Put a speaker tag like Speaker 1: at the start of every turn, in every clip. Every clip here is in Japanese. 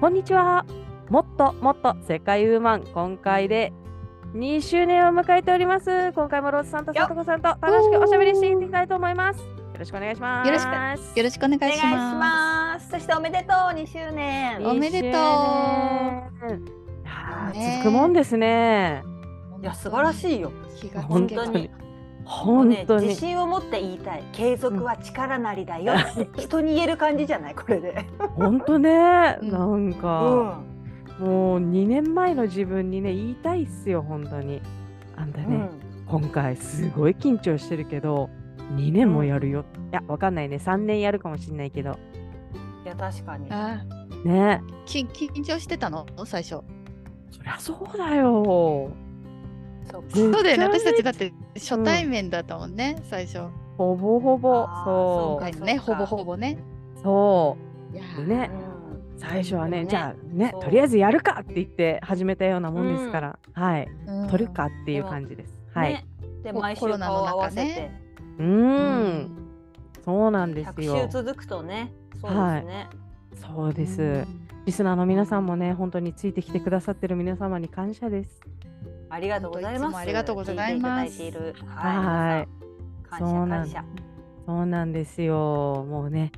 Speaker 1: こんにちは。もっともっと世界ウーマン、今回で2周年を迎えております。今回もローズさんと
Speaker 2: よ
Speaker 1: さ
Speaker 2: っ
Speaker 1: とこさんと楽しくおしゃべりしていきたいと思います。よろしくお願いします。
Speaker 3: よろしくよろしくお願いします
Speaker 2: そしておめでとう2周年
Speaker 3: おめでとう
Speaker 1: 2周年はあ
Speaker 3: ねえ
Speaker 1: 続くもんですね。
Speaker 3: す
Speaker 2: いや素晴らしいよ
Speaker 3: 気が
Speaker 2: 本
Speaker 3: 本
Speaker 2: 当
Speaker 3: 当
Speaker 2: に
Speaker 3: に
Speaker 1: 本当
Speaker 2: も
Speaker 1: に
Speaker 2: うね自。信を持って言いたい継続は力なりだよって 人に言える感じじゃないこれで
Speaker 1: 本当ね。
Speaker 3: うん
Speaker 1: なん
Speaker 2: う
Speaker 1: か、
Speaker 2: ん
Speaker 1: もう2年前の自分にね、言いたいっすよ、本当に。あんた
Speaker 2: う
Speaker 1: ね、
Speaker 2: ん
Speaker 1: 今回すごい緊張してるけど2年もやるよ、いやわかんないね3年やるかもしんないけど
Speaker 2: いや確かに
Speaker 3: あ
Speaker 1: ね
Speaker 3: き緊張してたの最初
Speaker 1: そりゃそうだよ
Speaker 2: そうか
Speaker 1: そう
Speaker 3: そうだよね
Speaker 1: めっ
Speaker 3: 私
Speaker 1: ちゃ
Speaker 3: たちだって初対面だったもんね、最初
Speaker 1: ほぼほぼ
Speaker 2: あー
Speaker 1: そ
Speaker 2: そう
Speaker 3: 今
Speaker 2: か
Speaker 3: 回ね
Speaker 2: そ
Speaker 3: ほ
Speaker 2: うか
Speaker 3: ぼほぼね
Speaker 1: うそ
Speaker 3: いや
Speaker 1: う
Speaker 3: ー
Speaker 1: ね
Speaker 2: うん
Speaker 1: 最初はね
Speaker 2: でもね
Speaker 1: じゃあね
Speaker 2: そう
Speaker 1: とりあえずやるかって言って始めたようなもんですから、はい
Speaker 3: うん
Speaker 1: 取るかっていう感じです、はい、
Speaker 2: ねで
Speaker 3: こ
Speaker 2: 毎週
Speaker 3: コロナ
Speaker 2: 顔
Speaker 3: の
Speaker 2: を
Speaker 3: 中
Speaker 2: 合わせて
Speaker 3: ね
Speaker 1: うー、
Speaker 3: うん
Speaker 1: そうなんです
Speaker 2: 100
Speaker 1: よ
Speaker 2: 週続くとねそうですね
Speaker 1: そうです、
Speaker 3: うん
Speaker 1: リスナーの皆さんもね本当についてきてくださってる皆様に感謝です
Speaker 2: ありがとうございま
Speaker 3: いつ
Speaker 2: す
Speaker 3: もありがとうございます
Speaker 2: 聞いていただいている
Speaker 1: はい
Speaker 2: はい皆さん
Speaker 1: そうなん
Speaker 2: 感謝感謝
Speaker 1: そうなんですよ。もうね、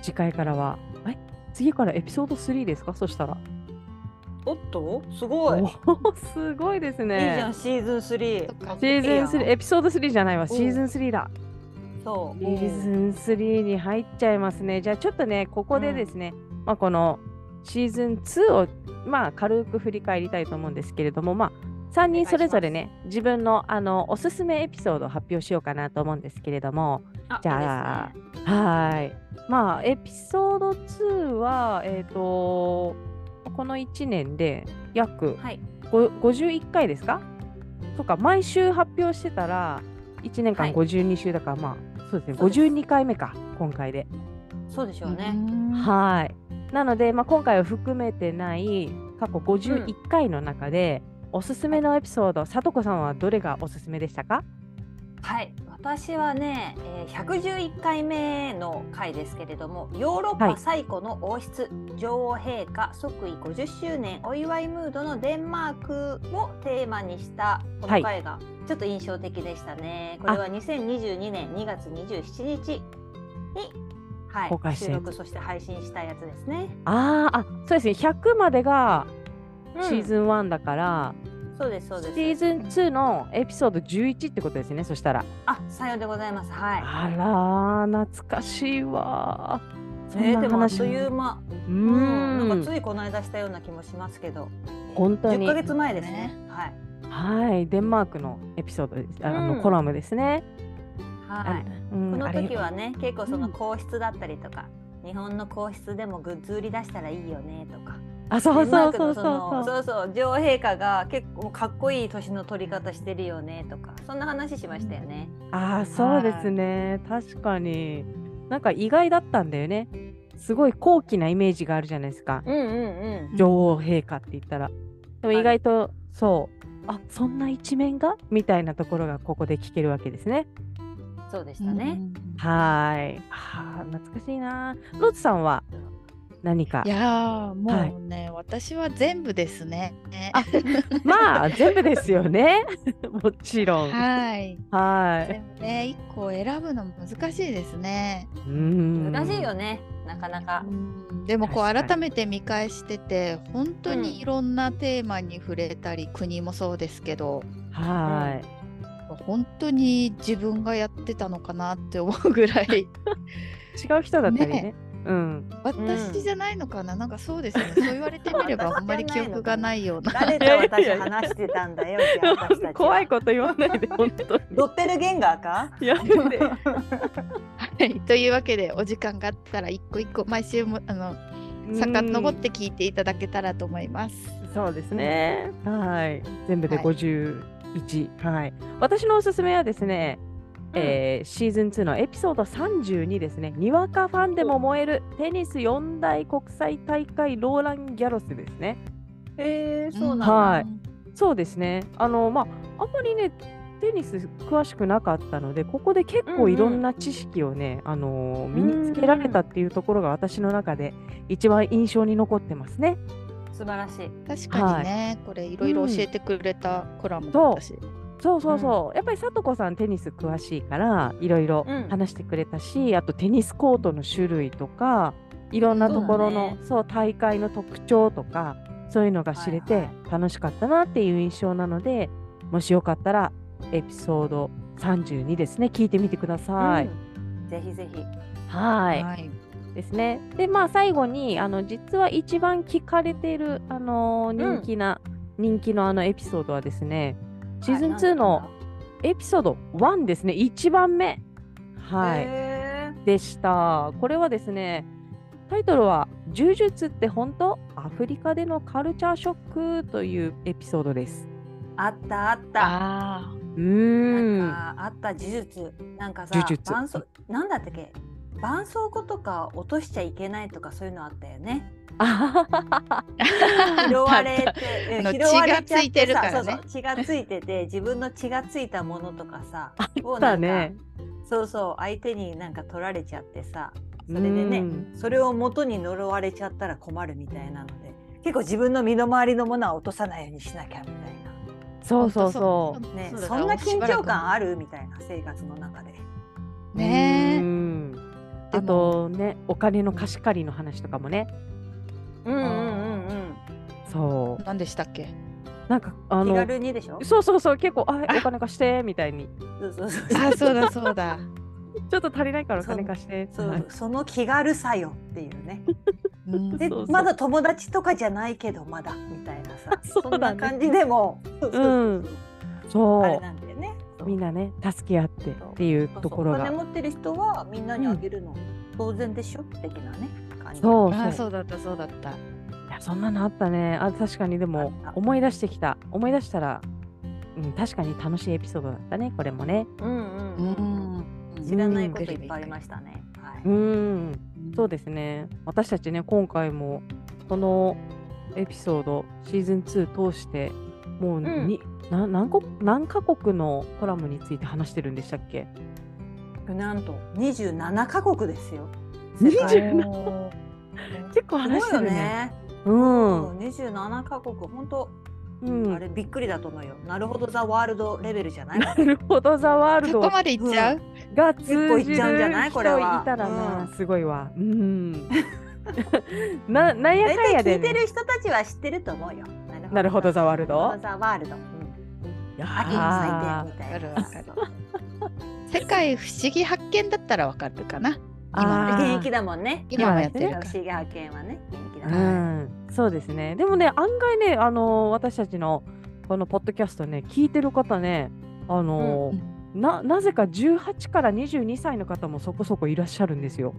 Speaker 1: 次回からは、え次からエピソード3ですかそしたら。
Speaker 2: おっとすごいいい
Speaker 1: おーすごいです
Speaker 2: じゃ
Speaker 1: ね
Speaker 2: ん。シーズン3
Speaker 3: そっか
Speaker 1: シーズン3、エピソード3じゃないわ、シーズン3だ。
Speaker 2: そう
Speaker 1: シーズン3に入っちゃいますね。じゃあちょっとね、ここでですね、まあ、このシーズン2を、まあ、軽く振り返りたいと思うんですけれども、まあ、3人それぞれね、自分のあのおすすめエピソードを発表しようかなと思うんですけれども、じゃあ
Speaker 2: いいですね
Speaker 1: はい。まあ、エピソード2は、えっ、と、この1年で約
Speaker 2: はい
Speaker 1: ご51回ですかとか、毎週発表してたら、1年
Speaker 2: は
Speaker 1: 間
Speaker 2: い
Speaker 1: 52週だから、まあ、そうですね、
Speaker 2: そうです
Speaker 1: 52回目か、今回で。
Speaker 2: そうでしょう
Speaker 3: う
Speaker 2: ね。
Speaker 3: ん
Speaker 1: はい。なので、まあ、今回を含めてない過去51回の中で、おすすめのエピソード、さとこさんはどれがおすすめでしたか
Speaker 2: はい、私はね、えー、111回目の回ですけれども、ヨーロッ
Speaker 1: はい
Speaker 2: パ最古の王室、女王陛下即位50周年お祝いムードのデンマークをテーマにしたこ
Speaker 1: は
Speaker 2: の
Speaker 1: い
Speaker 2: 回がちょっと印象的でしたね。これは2022年2月27日に、は
Speaker 1: 公開
Speaker 2: い、
Speaker 1: して
Speaker 2: 収録そして配信したやつですね。
Speaker 1: あーあ、そうですね、100までが
Speaker 2: うん
Speaker 1: シーズン1だから、
Speaker 2: そうですそうです。
Speaker 1: シーズン2のエピソード11ってことですね、そしたら。
Speaker 2: あ、さようでございます。はい。
Speaker 1: あらー、懐かしいわー。そん
Speaker 2: ね、
Speaker 1: な
Speaker 2: でもあっ
Speaker 1: 話
Speaker 2: という間、
Speaker 1: うー
Speaker 2: うん、
Speaker 1: ん、
Speaker 2: なんかついこの間したような気もしますけど。
Speaker 1: 本当
Speaker 2: 10
Speaker 1: に
Speaker 2: ヶ。月前ですね。はい。
Speaker 1: はい、デンマークのエピソードです。ああ
Speaker 2: う
Speaker 1: の
Speaker 2: ん
Speaker 1: コラムですね。
Speaker 2: は
Speaker 1: あ
Speaker 2: い。
Speaker 1: うん
Speaker 2: この
Speaker 1: あれ
Speaker 2: 時はね、結構その
Speaker 1: うん
Speaker 2: 皇室だったりとか、日本の皇室でもグッズ売り出したらいいよねとか。
Speaker 1: あ、そう
Speaker 2: デンマ
Speaker 1: そ
Speaker 2: ー
Speaker 1: う
Speaker 2: ク
Speaker 1: そ
Speaker 2: の
Speaker 1: うそうそう。
Speaker 2: そうそう、女王陛下が結構かっこいい年の取り方してるよねとか、そんな話しましたよね。
Speaker 1: ああそうですね、確かになんか意外だったんだよねすごい高貴なイメージがあるじゃないですか、
Speaker 2: うんうん
Speaker 1: 女王陛下って言ったらでも意外とそうあそんな一面がみたいなところがここで聞けるわけですね
Speaker 2: うん。そうでしたね。
Speaker 1: はーいあー懐かしいなロッツさんは何か
Speaker 3: いやー
Speaker 1: は
Speaker 3: も
Speaker 1: いう
Speaker 3: ね、私は全部ですね。
Speaker 1: あまあ全部ですよね もちろんは
Speaker 3: はい。
Speaker 1: ー
Speaker 3: でもね、一個選ぶの難しいですね。
Speaker 1: いうん
Speaker 2: 難しいよね。なかなか。
Speaker 3: でもこう
Speaker 1: 確かに
Speaker 3: 改めて見返してて本当にいろんなテーマに触れたり、国もそうですけど
Speaker 1: はーい
Speaker 3: 本当に自分がやってたのかなって思うぐら い
Speaker 1: 違う人だったりね
Speaker 3: ね
Speaker 1: うん
Speaker 3: 私じゃないのかな、なんかそうですよ ねそう言われてみれば
Speaker 2: 私じゃないのかな
Speaker 3: あんまり記憶がないような
Speaker 2: 誰と私話してたんだよ。じゃあ私たちは
Speaker 1: 怖いこと言わないで本当に
Speaker 2: ドッペルゲンガーか。
Speaker 1: やめて。
Speaker 3: はい、というわけでお時間があったら一個一個毎週もあの遡って聞いていただけたらと思います。
Speaker 1: うんそうですねはい全部で
Speaker 3: はい
Speaker 1: 51はい、私のおすすめはですね、えーシーズン2のエピソード32ですねにわかファンでも燃えるテニス四大国際大会ローラン・ギャロスですね
Speaker 2: えー、そうなんだ。
Speaker 1: はいそうですね。あのまああんまりねテニス詳しくなかったのでここで結
Speaker 2: うんう
Speaker 1: 構
Speaker 2: ん
Speaker 1: いろんな知識をね、あの身につけられたっていうところが私の中で一番印象に残ってますね。
Speaker 2: 素晴らしい。
Speaker 3: 確かにね、これいろいろ教えてくれたコラムだったし、
Speaker 1: そうそうそう、やっぱりさとこさんテニス詳しいからいろいろ
Speaker 2: うん
Speaker 1: 話してくれたし、あとテニスコートの種類とかいろんなところの
Speaker 2: そうだね
Speaker 1: そう,、大会の特徴とかそういうのが知れ
Speaker 2: はい
Speaker 1: て
Speaker 2: は
Speaker 1: 楽しかったなっていう印象なので、もしよかったらエピソード32ですね聞いてみてください。
Speaker 2: うんぜひぜひ。
Speaker 1: はい
Speaker 3: はい、
Speaker 1: ですね。でまあ最後にあの実は一番聞かれているあの
Speaker 2: ん
Speaker 1: 人気な、人気のあのエピソードはですねシーズン
Speaker 2: はいなんだ
Speaker 1: 2のエピソード1ですね1番目はい
Speaker 2: へ
Speaker 1: でした。これはですねタイトルは「柔術って本当アフリカでのカルチャーショック」というエピソードです。
Speaker 2: ーあったあった。
Speaker 3: あ
Speaker 1: う
Speaker 2: なん
Speaker 1: ーん
Speaker 2: かあった呪術。なんかさ、
Speaker 1: 呪術
Speaker 2: 絆創なんだったっけ絆創膏とか落としちゃいけないとかそういうのあったよね。
Speaker 1: あははは
Speaker 2: 拾
Speaker 3: あ
Speaker 2: われて、
Speaker 3: あの
Speaker 2: うん拾われち
Speaker 3: 血が
Speaker 2: ゃっ
Speaker 3: ついてるからね
Speaker 2: さそうそう血がついてて自分の血がついたものとかさ
Speaker 1: あ
Speaker 2: を
Speaker 1: っ
Speaker 2: な
Speaker 1: た
Speaker 2: んか
Speaker 1: ね。
Speaker 2: そうそう相手になんか取られちゃってさそれでね
Speaker 1: うん
Speaker 2: それを元に呪われちゃったら困るみたいなので結構自分の身の回りのものは落とさないようにしなきゃみたい
Speaker 1: そうそうそう。
Speaker 3: う
Speaker 2: な、ね、
Speaker 3: う
Speaker 2: そ
Speaker 3: だ
Speaker 2: んな緊張感
Speaker 3: あ
Speaker 2: あるみたいな生活の中で。
Speaker 1: う
Speaker 3: ね
Speaker 1: ん
Speaker 3: で
Speaker 1: あ
Speaker 3: も
Speaker 1: とねお金の貸し借りの話とかもね
Speaker 2: う
Speaker 3: ん
Speaker 2: んうんうん
Speaker 1: そ
Speaker 3: え。何でしたっけ？
Speaker 1: うなんかあ
Speaker 2: うん、気
Speaker 1: の
Speaker 2: 軽にでしょ
Speaker 1: そうそうそう結構あお金貸してみたいに
Speaker 2: そうそうそう
Speaker 3: あ、そうだそうだ。
Speaker 1: ちょっと足りないからお
Speaker 2: そう
Speaker 1: 金貸して
Speaker 2: そ
Speaker 1: はいう
Speaker 2: その気軽さよっていう ね
Speaker 3: うん
Speaker 2: で
Speaker 1: そうそう
Speaker 2: まだ友達とかじゃないけどまだみたいなさ
Speaker 1: そうだね
Speaker 2: んな感じでもそうそうそう
Speaker 1: そ
Speaker 2: あれ
Speaker 1: う
Speaker 2: なんだよねそう
Speaker 1: みんなね助け合ってっていうところ
Speaker 2: そう
Speaker 1: が
Speaker 2: そうお金持ってる人はみんなにあげるの当然でしょ的なね感じ
Speaker 1: そう
Speaker 3: あー、
Speaker 1: そう
Speaker 3: そうだったそうだった。
Speaker 1: いやそんなのあったねあ確かにでも
Speaker 2: あった
Speaker 1: 思い出してきた思い出したらうん確かに楽しいエピソードだったねこれもね
Speaker 2: うん
Speaker 3: う
Speaker 2: うん、
Speaker 3: ん。。
Speaker 2: 知らないこといっぱいありましたね、は
Speaker 1: う
Speaker 2: い、
Speaker 1: んそうですすね。私たちね、今回も、このエピソード、シーズン2通して、もうに、な何国何カ国のコラムについて話してるんでしたっけ
Speaker 2: なんと27カ国ですよ
Speaker 1: 20
Speaker 2: 世界
Speaker 3: おー
Speaker 1: 結構
Speaker 2: すご
Speaker 1: 話し
Speaker 2: い
Speaker 1: て
Speaker 2: よ
Speaker 1: るね。
Speaker 2: ね、
Speaker 1: う。
Speaker 2: うん27カ国本当、
Speaker 1: うん、
Speaker 2: あれびっくりだと思うよなるほどザワールドレベルじゃない
Speaker 1: なるほど、ザワール
Speaker 3: そこ
Speaker 1: ド
Speaker 3: までいっちゃう？
Speaker 1: が通
Speaker 2: 結構い
Speaker 1: じ
Speaker 2: っちゃうんじゃ
Speaker 1: る
Speaker 2: ない
Speaker 1: 人
Speaker 2: こ
Speaker 1: い
Speaker 2: れは
Speaker 1: たらな、
Speaker 2: うん
Speaker 1: すごいわ。うん。 ななんや
Speaker 2: 大
Speaker 1: かんや
Speaker 2: 体聞
Speaker 1: で、
Speaker 2: いて
Speaker 1: ね、
Speaker 2: る人たちは知ってると思うよ。
Speaker 1: なるほどザワールド
Speaker 2: なるほどザワールド。うん
Speaker 1: いや
Speaker 2: 秋の祭典
Speaker 1: ー
Speaker 2: みたい
Speaker 3: わ
Speaker 2: な
Speaker 3: かる。世界不思議発見だったらわかるかな。
Speaker 1: あー
Speaker 2: 現役だもんね。
Speaker 3: 今もやってる
Speaker 2: 不
Speaker 3: か。
Speaker 2: 思議発見はね。現役だ
Speaker 1: う
Speaker 2: もんね。
Speaker 1: ん、そうですね。でもね、案外ね、あのー私たちのこのポッドキャストね、聞いてる方ね、あのーななぜか18から22歳の方もそこそこいらっしゃるんですよ。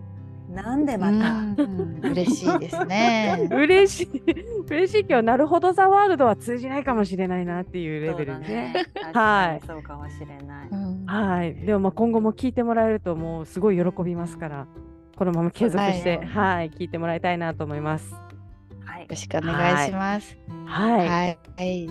Speaker 2: なんでまた。
Speaker 3: うん嬉しいで すね。
Speaker 1: 嬉しい、嬉しいけど、なるほど、ザワールドは通じないかもしれないなっていうレベルでね。
Speaker 2: そうだ
Speaker 1: はい
Speaker 2: ね。確かにそうかもしれない。
Speaker 3: うん
Speaker 1: はい、でもまあ今後も聞いてもらえると、もうすごい喜びますから、このまま継続して、
Speaker 2: はい
Speaker 1: はい、聞いてもらいたいなと思います。
Speaker 2: はい
Speaker 3: よろ。しくお願いします。
Speaker 1: はい、
Speaker 3: はい、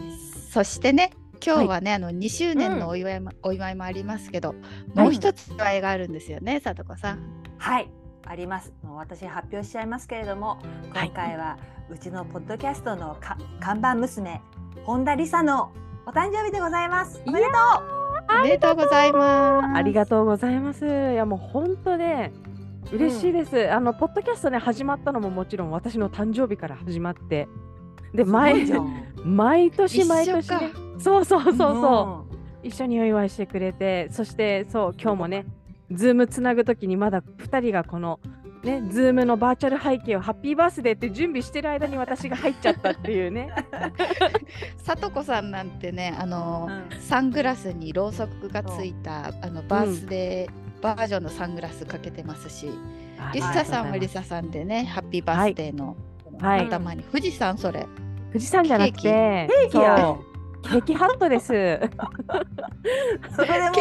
Speaker 3: そしてね、今日はね、あの2周年のお祝いも、お祝いもありますけど、もう一つお祝いがあるんですよね、さとこさん。
Speaker 2: はい。あります。もう私発表しちゃいますけれども、
Speaker 1: はい
Speaker 2: 今回はうちのポッドキャストのか看板娘本田理沙のお誕生日でございます。おめでと
Speaker 3: おめでとうございます。
Speaker 1: ありがとうございます。いやもう本当ね嬉しいです。あのポッドキャストね始まったのももちろん私の誕生日から始まってで
Speaker 2: う。すご
Speaker 1: 毎
Speaker 2: いじゃん
Speaker 1: 毎年毎年、
Speaker 3: 一緒
Speaker 1: ね
Speaker 3: か、
Speaker 1: そうそうそうそう、一緒にお祝いしてくれてそしてそう今日もねズームつなぐときにまだ2人がこのねズームのバーチャル背景をハッピーバースデーって準備してる間に私が入っちゃったっていうね
Speaker 3: さとこさんなんてね、あ
Speaker 2: う
Speaker 3: の
Speaker 2: ん。うん
Speaker 3: サングラスにろうそくがついたあのバースデーバージョンのサングラスかけてますし、
Speaker 1: あり
Speaker 3: リ
Speaker 1: がとうございます
Speaker 3: サさんはリサさんでね、ハッピーバースデーの
Speaker 1: はい
Speaker 3: 頭に富士山それ。
Speaker 1: 富士山じゃなくて、
Speaker 2: ケーキや
Speaker 1: そうケーキハットです。
Speaker 3: ケ
Speaker 2: そこでも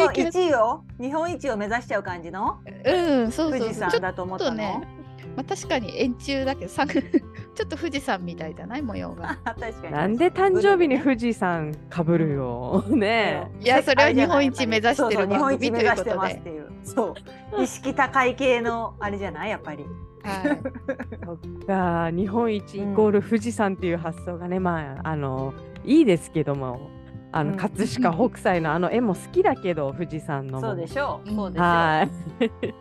Speaker 3: ー
Speaker 2: う
Speaker 3: キ
Speaker 2: 一位を日本一を目指しちゃう感じの
Speaker 3: うん、そう
Speaker 2: 富
Speaker 3: そう
Speaker 2: 士
Speaker 3: そう。
Speaker 2: 山
Speaker 3: ちょっ
Speaker 2: だと思っ
Speaker 3: と
Speaker 2: た
Speaker 3: ね
Speaker 2: の。、
Speaker 3: まあ、確かに円柱だけど、サン ちょっと富士山みたいじゃない模様が。
Speaker 2: 確かに確かに。
Speaker 1: なんで誕生日に
Speaker 2: 富
Speaker 1: 富
Speaker 2: 士
Speaker 1: 士山かぶるよ。ね
Speaker 3: いやそれは日本一目指してる
Speaker 2: 日本
Speaker 3: 番組
Speaker 2: 一目
Speaker 3: とい
Speaker 2: 指
Speaker 3: うこ
Speaker 2: し
Speaker 3: とで
Speaker 2: てますっていう。 そう。意識高い系のあれじゃないやっぱり。
Speaker 3: はい。
Speaker 1: え。が日本一イコール富士山っていう発想がね、まああのいいですけども、あの、
Speaker 2: うん
Speaker 1: 葛飾北斎のあの絵も好きだけど富士山のも。
Speaker 2: そうでしょう。
Speaker 3: うん
Speaker 2: そうでしょう。
Speaker 1: はい。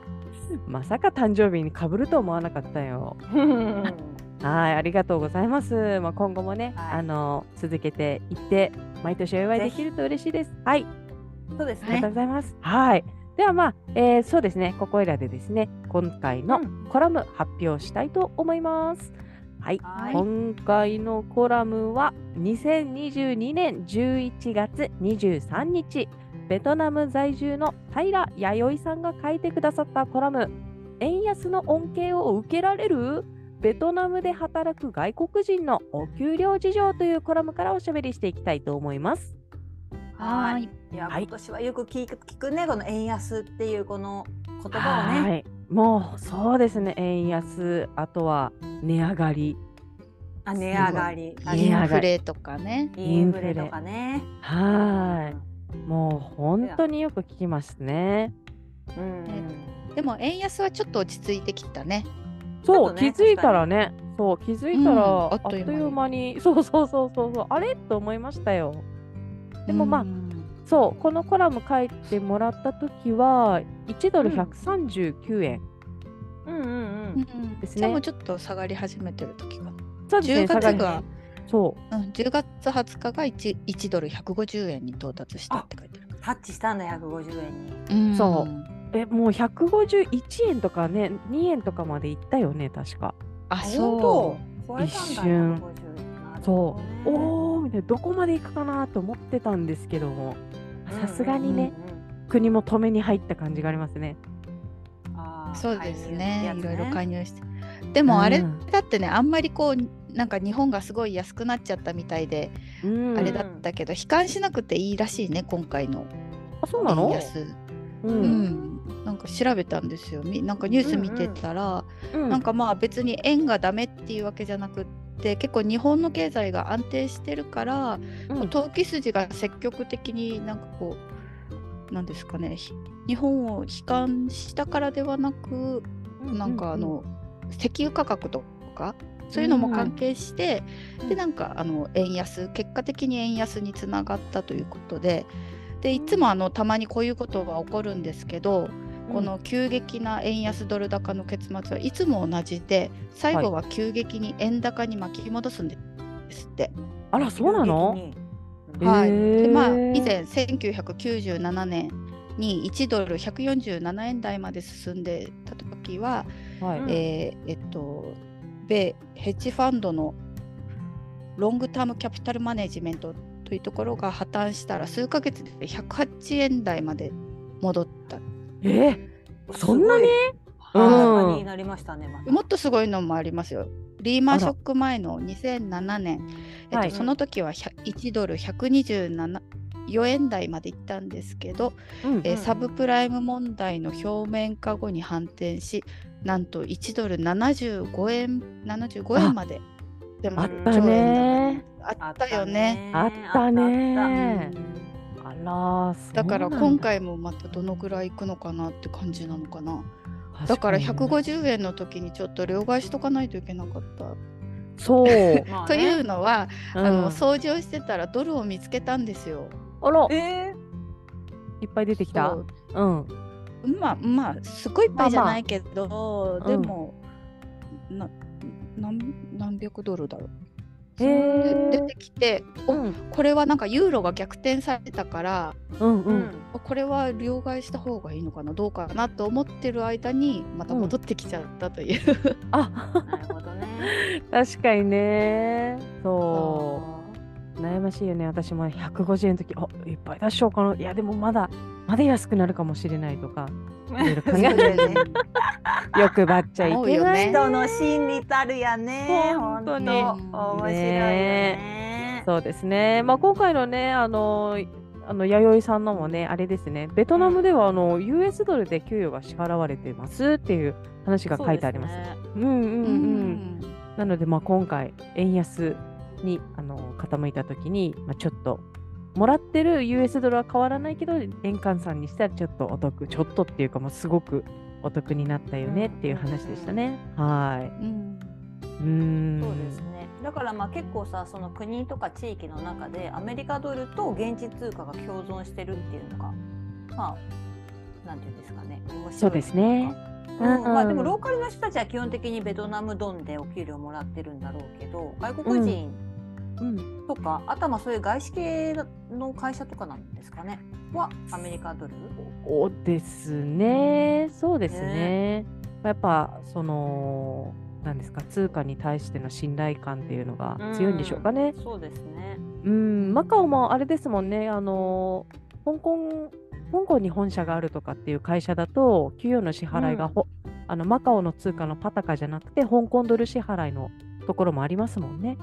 Speaker 1: まさか誕生日にかぶると思わなかったよ。
Speaker 2: うん
Speaker 1: はい、ありがとうございます。まあ、今後もね、
Speaker 2: はい
Speaker 1: あの続けていって、毎年お祝いできると嬉しいです。はい、
Speaker 2: そうです
Speaker 1: ありがとう
Speaker 2: ね。
Speaker 1: ございます。はい。ではまあ、えーそうですね、ここいらでですね、今回の
Speaker 2: うん
Speaker 1: コラム発表したいと思います。はい。
Speaker 2: はい
Speaker 1: 今回のコラムは2022年11月23日ベトナム在住の平弥生さんが書いてくださったコラム「円安の恩恵を受けられる?」ベトナムで働く外国人のお給料事情というコラムからおしゃべりしていきたいと思います。
Speaker 2: は。
Speaker 3: はいい。
Speaker 2: いや
Speaker 1: はい
Speaker 2: 今年はよく聞く聞くねこの円安っていうこの言葉をね。
Speaker 1: はい、もうそうですね円安あとは値上がり
Speaker 2: あ値上がり。
Speaker 1: ごい
Speaker 3: イ
Speaker 1: 値上が
Speaker 3: ン
Speaker 1: り
Speaker 3: フレとかね。
Speaker 2: インフレとかね。
Speaker 1: はーいもう本当によく聞きますね。
Speaker 2: うん。うん
Speaker 3: でも円安はちょっと落ち着いてきたね。
Speaker 1: そ
Speaker 2: ちょ
Speaker 1: う、
Speaker 2: っと
Speaker 1: 気
Speaker 2: ね
Speaker 1: づいたらねそう気づいたら、
Speaker 3: うん
Speaker 1: あ
Speaker 3: あ
Speaker 1: っ
Speaker 3: っ
Speaker 1: と
Speaker 3: と
Speaker 1: い
Speaker 3: いう間に
Speaker 1: う間にそうそうそうそうそうあれと思いましたよ。でもまあ
Speaker 3: うん
Speaker 1: そうこのコラム書いてもらった時は1ドル139円
Speaker 2: うんうんうん。
Speaker 1: です
Speaker 3: で
Speaker 1: ね。
Speaker 3: もちょっと下がり始めてる時かな。
Speaker 1: そうですね
Speaker 3: 10
Speaker 1: 下が
Speaker 3: 月
Speaker 1: り
Speaker 3: が、
Speaker 1: そう
Speaker 3: うん、10月20日が 1, 1ドル150円に到達したって書いてある。
Speaker 2: タッチしたんだ150円に。
Speaker 3: うん
Speaker 1: そえもう151円とかね2円とかまでいったよね確か。
Speaker 3: あ、
Speaker 2: あ
Speaker 3: そ
Speaker 2: 本当超えたんだ
Speaker 1: 一瞬
Speaker 2: 150
Speaker 1: そうおーみたいなどこまで行くかなと思ってたんですけどもさすがにね、。
Speaker 2: なるほどうんうんうんうん
Speaker 1: 国も止めに入った感じがありますね。
Speaker 2: あ
Speaker 3: う。
Speaker 2: ー
Speaker 3: そうです
Speaker 2: 介
Speaker 3: ね。い
Speaker 2: 入って
Speaker 3: ろ
Speaker 2: や
Speaker 3: い
Speaker 2: つ
Speaker 3: ろ介入して。でもあれ
Speaker 1: うん
Speaker 3: だってね、あんまりこう、なんか日本がすごい安くなっちゃったみたいで、
Speaker 1: うん、
Speaker 3: あれだったけど、悲観しなくていいらしいね、今回の
Speaker 1: あそうな
Speaker 3: 円
Speaker 1: の、
Speaker 3: 安。
Speaker 1: う
Speaker 3: う、ん、なんか調べたんですよ。みなんかニュース見てたら、
Speaker 1: うん
Speaker 3: なんかまあ別に円がダメっていうわけじゃなくって、結構日本の経済が安定してるから、
Speaker 1: う
Speaker 3: こうん投機筋が積極的になんかこう、なんですかね、ひ日本を悲観したからではなく、なんかあの、石油価格とか。そういうのも関係して、
Speaker 1: うん
Speaker 3: でなんかあの円安結果的に円安につながったということででいつもあのたまにこういうことが起こるんですけど、この急激な円安ドル高の結末はいつも同じで最後は急激に円高に巻き戻すんですって。
Speaker 1: あらそうなの
Speaker 2: 急激
Speaker 1: へー
Speaker 2: に
Speaker 3: はいでまあ、以前1997年に1ドル147円台まで進んでた時は、
Speaker 1: はい、
Speaker 2: うん
Speaker 3: えーえっと米ヘッジファンドのロングタームキャピタルマネジメントというところが破綻したら数ヶ月で108円台まで戻った
Speaker 1: えそんなに
Speaker 2: すごい
Speaker 1: うん
Speaker 2: 高になりましたね。また
Speaker 3: もっとすごいのもありますよ。リーマンショック前の2007年、えっ
Speaker 1: は
Speaker 3: と、
Speaker 1: い
Speaker 3: その時は100 1ドル124円台までいったんですけど、
Speaker 1: うん
Speaker 3: えー
Speaker 2: うん
Speaker 3: サブプライム問題の表面化後に反転し、なんと1ドル75円 ,75 円まで出
Speaker 1: あ
Speaker 3: ま
Speaker 1: っ
Speaker 3: す
Speaker 1: たね
Speaker 3: あったよね。
Speaker 1: あった
Speaker 3: う
Speaker 1: ね
Speaker 3: ん
Speaker 1: あらそう
Speaker 3: だから
Speaker 1: なん
Speaker 3: 今回もまたどのぐらいいくのかなって感じなのかな。だから
Speaker 1: 確にね
Speaker 3: 150円の時にちょっと両替しとかないといけなかった
Speaker 1: そう、
Speaker 2: あったねまあね
Speaker 3: というのは、 あ
Speaker 1: う
Speaker 3: の
Speaker 1: ん
Speaker 3: 掃除をしてたらドルを見つけたんですよ。
Speaker 1: あら
Speaker 2: え
Speaker 1: いっぱい出てきた
Speaker 3: そううんまあまあすごいいっぱいじゃないけど、
Speaker 1: あ
Speaker 3: でも、ななん何百ドルだろう。
Speaker 1: へー
Speaker 3: それで出てきて
Speaker 1: う
Speaker 3: お
Speaker 1: ん
Speaker 3: これはなんかユーロが逆転されたから
Speaker 1: うん
Speaker 2: う
Speaker 1: うんん。
Speaker 3: これは両替した方がいいのかなどうかなと思ってる間にまた戻ってきちゃったという、
Speaker 1: あ
Speaker 2: なるほどね。
Speaker 1: 確かにねそう悩ましいよね。私も150円の時、あいっぱい出しようかな。いや、でもまだ、まだ安くなるかもしれないとか、いろいろ考
Speaker 3: そう
Speaker 1: え
Speaker 3: だよね。
Speaker 1: て、欲張っちゃい
Speaker 3: 思う
Speaker 1: け
Speaker 3: よ
Speaker 1: ない
Speaker 3: ね
Speaker 1: な。
Speaker 2: 人の心理たるやね。
Speaker 1: 本
Speaker 2: 本
Speaker 1: 当
Speaker 2: 当
Speaker 1: に
Speaker 2: に面白いよね。
Speaker 1: そうですね。まあ、今回のね、あの、あの弥生さんのもね、あれですね、ベトナムではあの US ドルで給与が支払われていますっていう話が書いてあります。
Speaker 2: そうでね。
Speaker 1: うんうん
Speaker 3: う
Speaker 1: うん。
Speaker 3: ん。
Speaker 1: なので、まあ、今回、円安にあの傾いたときに、まあ、ちょっと、もらってる US ドルは変わらないけど、円換算にしたらちょっとお得、ちょっとっていうか、まあ、すごくお得になったよねっていう話でしたね。は
Speaker 3: うん。
Speaker 1: い。うーん。
Speaker 2: そうですね。だからまあ結構さその国とか地域の中でアメリカドルと現地通貨が共存してるっていうのがまあなんていうんですかね。面白いといか
Speaker 1: そうですね。
Speaker 2: うん
Speaker 1: うんうん
Speaker 2: まあでもローカルの人たちは基本的にベトナムドンでお給料もらってるんだろうけど外国人
Speaker 1: うん。
Speaker 2: とか、あとはまあそういう外資系の会社とかなんですかねはアメリカドル
Speaker 1: そうですね。そうですね。まあやっぱ、その、なんですか、通貨に対しての信頼感っていうのが強いんでしょうかね。
Speaker 2: んそうですね。
Speaker 1: うん、マカオもあれですもんね、あの香港香港に本社があるとかっていう会社だと、給与の支払いがほ、あのマカオの通貨のパタカじゃなくて、香港ドル支払いのところもありますもんね。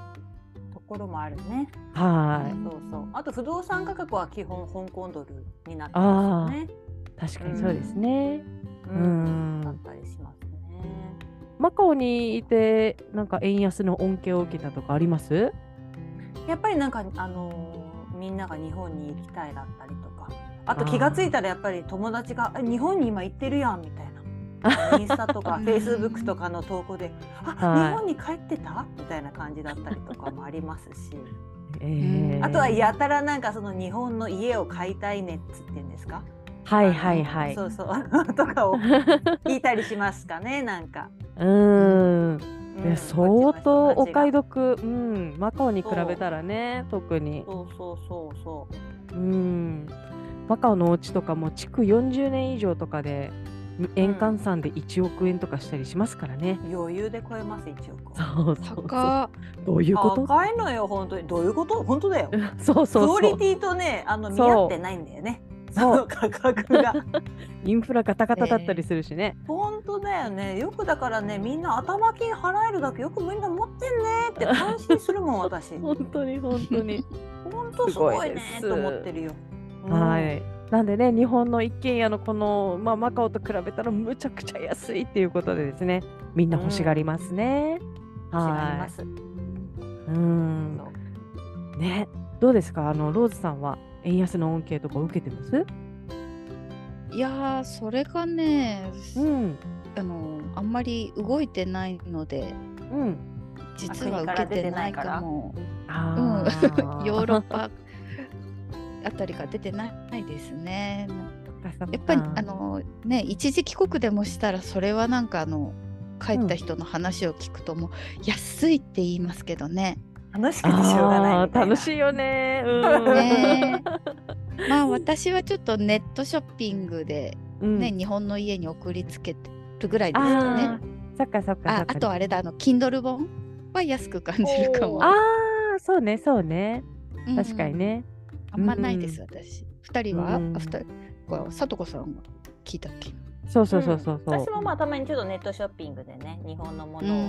Speaker 2: ところもあるね。
Speaker 1: は
Speaker 3: うん
Speaker 2: そうそう。あと不動産価格は基本香港ドルになってますよね。
Speaker 1: い、確かにそうですね。
Speaker 2: う。
Speaker 1: うんん、
Speaker 2: だったりしますね。
Speaker 1: マカオにいて、なんか円安の恩恵を受けたとかあります
Speaker 2: やっぱりなんかあのーみんなが日本に行きたいだったりとか、あと気がついたらやっぱり友達がえ日本に今行ってるやんみたいな。インスタと
Speaker 3: う
Speaker 2: かフ
Speaker 3: ん
Speaker 2: ェイスブックとかの投稿で「あ、
Speaker 1: はい
Speaker 2: 日本に帰ってた?」みたいな感じだったりとかもありますし
Speaker 1: えー
Speaker 2: あとはやたらなんかその日本の家を買いたいねっつっていうんですか
Speaker 1: はいはいはい。
Speaker 2: そうそう とかを聞いたりしますかねなんか。
Speaker 1: うん、
Speaker 2: うん
Speaker 1: いや相当お買い
Speaker 2: 得
Speaker 1: 得、うん、マカオに比べたらね、特に。
Speaker 2: そうそうそうそう
Speaker 1: うん、マカオのお家とかも築40年以上とかで円換算で1億円とかしたりしますからね。
Speaker 2: 余裕で超えます1億
Speaker 1: そうそうそう。
Speaker 3: 高っ。
Speaker 1: どういうこと
Speaker 2: 高いのよ本当にどういうこと本当だよ
Speaker 1: そう そう
Speaker 2: ク
Speaker 1: そ
Speaker 2: オリ
Speaker 1: う。
Speaker 2: ティとねあの見
Speaker 1: そう
Speaker 2: 合ってないんだよね
Speaker 1: そう
Speaker 2: その価格が
Speaker 1: インフラガタガタだったりするしね。
Speaker 2: 本当だよねよくだからねみんな頭金払えるだけよくみんな持ってんねって感心するもん 私
Speaker 1: 本当に本当に。
Speaker 2: 本当すごいね
Speaker 1: す
Speaker 2: と
Speaker 1: ごいです
Speaker 2: 思ってるよ、うん
Speaker 1: はい。なんでね、日本の一軒家のこの、まあ、マカオと比べたらむちゃくちゃ安いっていうことでですね、みんな欲しがりますね。
Speaker 2: 違い
Speaker 1: は
Speaker 2: ます
Speaker 1: い。うん。ね、どうですかあの、ローズさんは円安の恩恵とか受けてます
Speaker 3: いやー、それがね、
Speaker 1: うん。
Speaker 3: あのあんまり動いてないので
Speaker 1: うん。
Speaker 3: 実は受けてないかも
Speaker 1: あ
Speaker 3: う
Speaker 1: ー
Speaker 3: んヨーロッパあたりが出てないですねやっぱりあ、のね一時帰国でもしたらそれはなんかあの帰った人の話を聞くともう、安いって言いますけどね。
Speaker 2: 楽しく
Speaker 1: そ
Speaker 2: て
Speaker 1: っ
Speaker 2: し
Speaker 1: か
Speaker 2: ょうがない
Speaker 1: あ
Speaker 2: みたい
Speaker 1: ー
Speaker 2: な
Speaker 1: 楽しいよね。うん
Speaker 3: ねえまあ私はちょっとネットショッピングで、
Speaker 1: うん
Speaker 3: ね日本の家に送りつけてるぐらいですかね。
Speaker 1: あーそっかそっかそ
Speaker 3: あ
Speaker 1: っか。
Speaker 3: あとあれだあの Kindle 本は安く感じるかも。
Speaker 1: あーそうねそうね
Speaker 3: うん
Speaker 1: 確かにね。
Speaker 3: あんまないです、私。二人は、あ
Speaker 1: うん
Speaker 3: 二人これ、さとこさんは聞いたっけ
Speaker 1: そうそうそうそうそう。
Speaker 2: 私もまあたまにちょっとネットショッピングでね日本のものを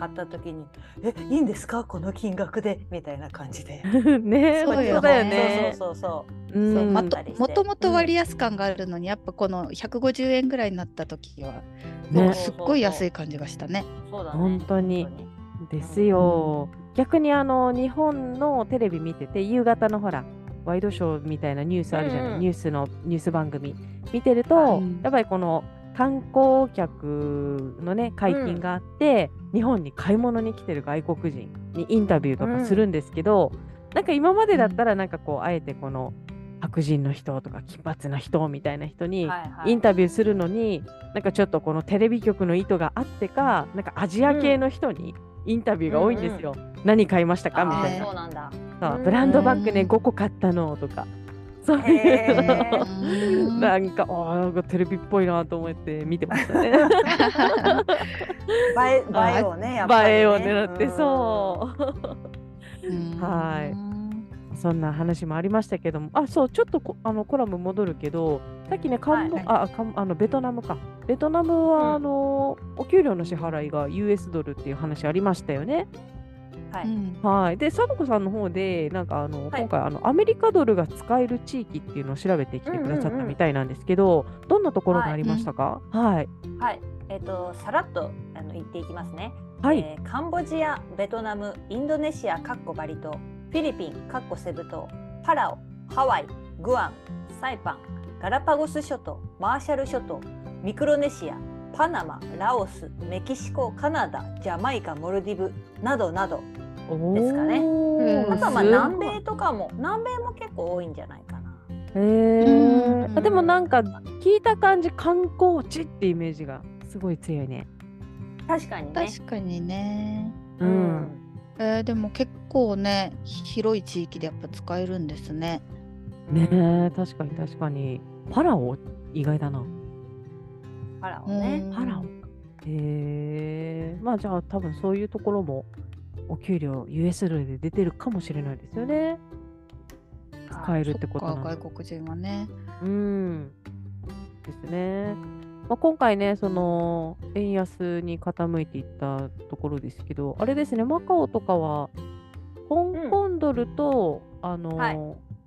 Speaker 2: 買った時に「えいいんですかこの金額で」みたいな感じで。
Speaker 1: ね
Speaker 3: そう
Speaker 1: 本当
Speaker 3: よね
Speaker 1: だよね。
Speaker 2: そうそうそう
Speaker 1: う
Speaker 2: そうん
Speaker 3: ま
Speaker 2: た
Speaker 3: と
Speaker 2: りして
Speaker 3: もともと割安感があるのに、やっぱこの150円ぐらいになった時は、
Speaker 2: ね
Speaker 3: なんかすっごい安い感じがしたね。
Speaker 2: そう。そうだね。
Speaker 1: 本当にですよ。逆にあの日本のテレビ見てて夕方のほらワイドショーみたいなニュースあるじゃない、
Speaker 2: うんうん
Speaker 1: ニュースのニュース番組見てると、
Speaker 3: はい
Speaker 1: やっぱりこの観光客のね解禁があって、日本に買い物に来てる外国人にインタビューとかするんですけど、なんか今までだったらなんかこうあえてこの白人の人とか金髪の人みたいな人に
Speaker 2: はいはい
Speaker 1: インタビューするのに、なんかちょっとこのテレビ局の意図があってか、なんかアジア系の人にインタビューが多いんですよ。何買いましたかみ
Speaker 2: あー
Speaker 1: たいな
Speaker 2: そう。なんだ。
Speaker 1: さ
Speaker 2: うん
Speaker 1: ブランドバッグね、
Speaker 3: うん
Speaker 1: 5個買ったのとか。そう
Speaker 2: へ
Speaker 1: いう
Speaker 2: ー
Speaker 1: の。
Speaker 3: う ん
Speaker 1: なんか、ああ、なんかテレビっぽいなと思って見てましたね。
Speaker 2: 映え映えをねやっぱり、
Speaker 1: 映
Speaker 2: ね。
Speaker 1: えを狙って、
Speaker 2: うん
Speaker 1: そう。
Speaker 3: うん
Speaker 1: はい
Speaker 3: うん
Speaker 1: そんな話もありましたけども、あ、そう、ちょっとこあのコラム戻るけど、さっきね、カンボ、
Speaker 3: はい
Speaker 1: あ、カンあのベトナムか。ベトナムは、
Speaker 2: うん
Speaker 1: あのお給料の支払いが US ドルっていう話ありましたよね。
Speaker 2: は
Speaker 3: う
Speaker 2: い。
Speaker 3: ん
Speaker 1: はい。で、サボ子さんの方で、なんかあの、
Speaker 2: はい
Speaker 1: 今回あのアメリカドルが使える地域っていうのを調べてきてくださっ
Speaker 2: うんうん
Speaker 1: た
Speaker 2: うん
Speaker 1: みたいなんですけど、どんなところが
Speaker 2: はい
Speaker 1: ありましたか？はい。
Speaker 2: はい。えっ、とさらっとあの言っていきますね。
Speaker 1: はい。
Speaker 2: えーカンボジア、ベトナム、インドネシア（かっこバリ島）、フィリピン（かっこセブ島）、パラオ、ハワイ、グアム、サイパン、ガラパゴス諸島、マーシャル諸島、ミクロネシア、パナマ、ラオス、メキシコ、カナダ、ジャマイカ、モルディブなどなど、
Speaker 1: お
Speaker 2: ですかね
Speaker 1: ー
Speaker 3: うん
Speaker 2: あとはま
Speaker 1: すご
Speaker 2: あ
Speaker 1: い
Speaker 2: 南米とかも、南米も結構多いんじゃないかな。
Speaker 1: へ
Speaker 3: う
Speaker 1: え
Speaker 3: ん
Speaker 1: あでもなんか聞いた感じ観光地ってイメージがすごい強いね。
Speaker 2: 確かにね。
Speaker 3: 確かにね、
Speaker 1: う、
Speaker 2: うんん。
Speaker 3: えーでも結構ね広い地域でやっぱ使えるんですね。
Speaker 1: ねえ確かに確かにパラオ意外だな
Speaker 2: パラオね。
Speaker 3: うん
Speaker 1: パラオ。へえまあじゃあ多分そういうところもお給料 US ドルで出てるかもしれないですよね。使えるってこと
Speaker 3: そ
Speaker 1: な
Speaker 3: っ
Speaker 1: ん
Speaker 3: か
Speaker 1: だ
Speaker 3: 外国人はね。
Speaker 1: うん。ですね。まあ、今回ね、その円安に傾いていったところですけど、あれですね、マカオとかは、香港ドルと、あの、
Speaker 2: はい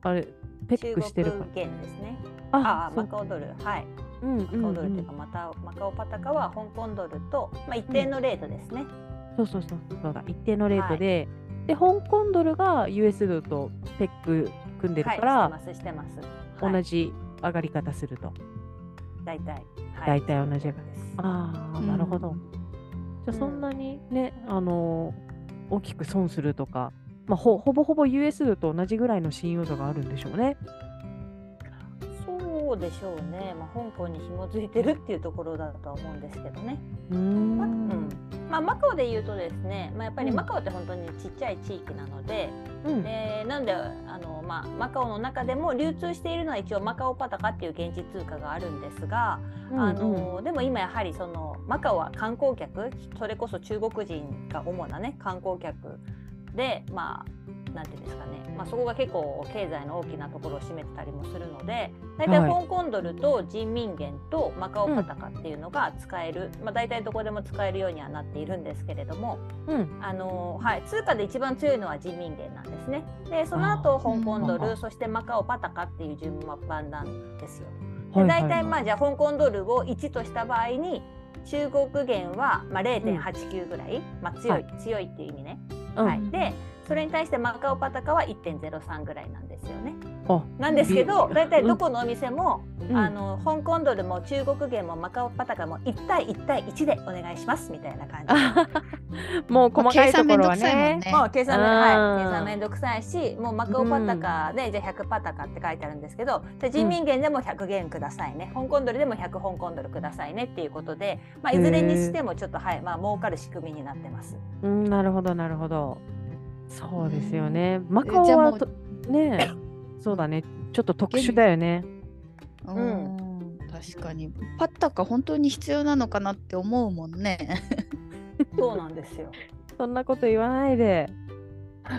Speaker 1: あれ、ペックしてるから
Speaker 2: 中。国元ですね。
Speaker 1: あ
Speaker 2: ああ、
Speaker 1: そう
Speaker 2: マカオドル。はい。
Speaker 1: うんうん
Speaker 2: マカオドルっていう
Speaker 1: うん
Speaker 2: か、またマカオパタカは香港ドルと、まあ、一定のレートですね。
Speaker 1: そうそうそう、そうだ、一定のレートで、で、香港ドルが US ドルとペック組んでる
Speaker 2: はい、
Speaker 1: か
Speaker 2: して
Speaker 1: ら、
Speaker 2: ます、してます。
Speaker 1: 同
Speaker 2: じ。
Speaker 1: じ上がり方すると。
Speaker 2: 大体。
Speaker 1: 大体同じ
Speaker 2: そうです。
Speaker 1: ああ、
Speaker 3: うん
Speaker 1: なるほど。じゃあ
Speaker 2: うん
Speaker 1: そんなにね、あのー大きく損するとか、まあ、ほほぼほぼ US ドルと同じぐらいの信用度があるんでしょうね。
Speaker 2: そうでしょうね。まあ、香港に紐づいてるっていうところだとは思うんですけどね。
Speaker 1: うー
Speaker 2: まあうんん。まあ、マカオで言うとですね、まあ、やっぱり
Speaker 1: うん
Speaker 2: マカオって本当にちっちゃい地域なので、
Speaker 1: うん
Speaker 2: えーなんであの、まあ、マカオの中でも流通しているのは一応マカオパタカっていう現地通貨があるんですが、あ
Speaker 1: うん
Speaker 2: のでも今やはりそのマカオは観光客それこそ中国人が主なね観光客でまあなんていうんですかね、まあ、そこが結構経済の大きなところを占めてたりもするので大体
Speaker 1: は
Speaker 2: 香港ドルと人民元とマカオパタカっていうのが使える、まあ、大体どこでも使えるようにはなっているんですけれども、
Speaker 1: うん
Speaker 2: あのはい、通貨で一番強いのは人民元なんですね。でその後
Speaker 1: あ
Speaker 2: 香港ド
Speaker 1: うん
Speaker 2: ルそしてマカオパタカっていう順番なんですよ。
Speaker 1: はい
Speaker 2: 大体ま
Speaker 1: あ
Speaker 2: あじゃあ香港ドルを1とした場合に中国元はまあ0.89ぐらい、まあ強い、
Speaker 1: はい
Speaker 2: 強いっていう意味ね。
Speaker 1: うん
Speaker 2: はい、でそれに対してマカオパタカは1.03ぐらいなんですよね
Speaker 1: あ。
Speaker 2: なんですけど
Speaker 1: び
Speaker 2: 大体どこのお店も、
Speaker 1: うん
Speaker 2: あの香港ドルも中国元もマカオパタカも1対1対1でお願いしますみたいな感じ。
Speaker 1: もう細かいところは
Speaker 3: 計算めんどくさいも
Speaker 1: ね
Speaker 3: ん。ね。
Speaker 2: もう計算め、
Speaker 1: あー
Speaker 2: はい、計算めんどくさいし、もうマカオパタカで、じゃあ100パタカって書いてあるんですけど、じゃあ人民元でも100元くださいね、香港ドルでも100香港ドルくださいねっていうことで、まあ、いずれにしてもちょっと、はい、まあ、儲かる仕組みになってます。
Speaker 1: うん、なるほどなるほど。そうですよね。マ
Speaker 3: え
Speaker 1: カオ
Speaker 3: じゃあ
Speaker 1: は
Speaker 3: もう
Speaker 1: とね え、そうだね。ちょっと特殊だよね。
Speaker 3: う、
Speaker 2: うん
Speaker 3: 確かにパッタカ本当に必要なのかなって思うもんね。
Speaker 2: そうなんですよ。
Speaker 1: そんなこと言わないで。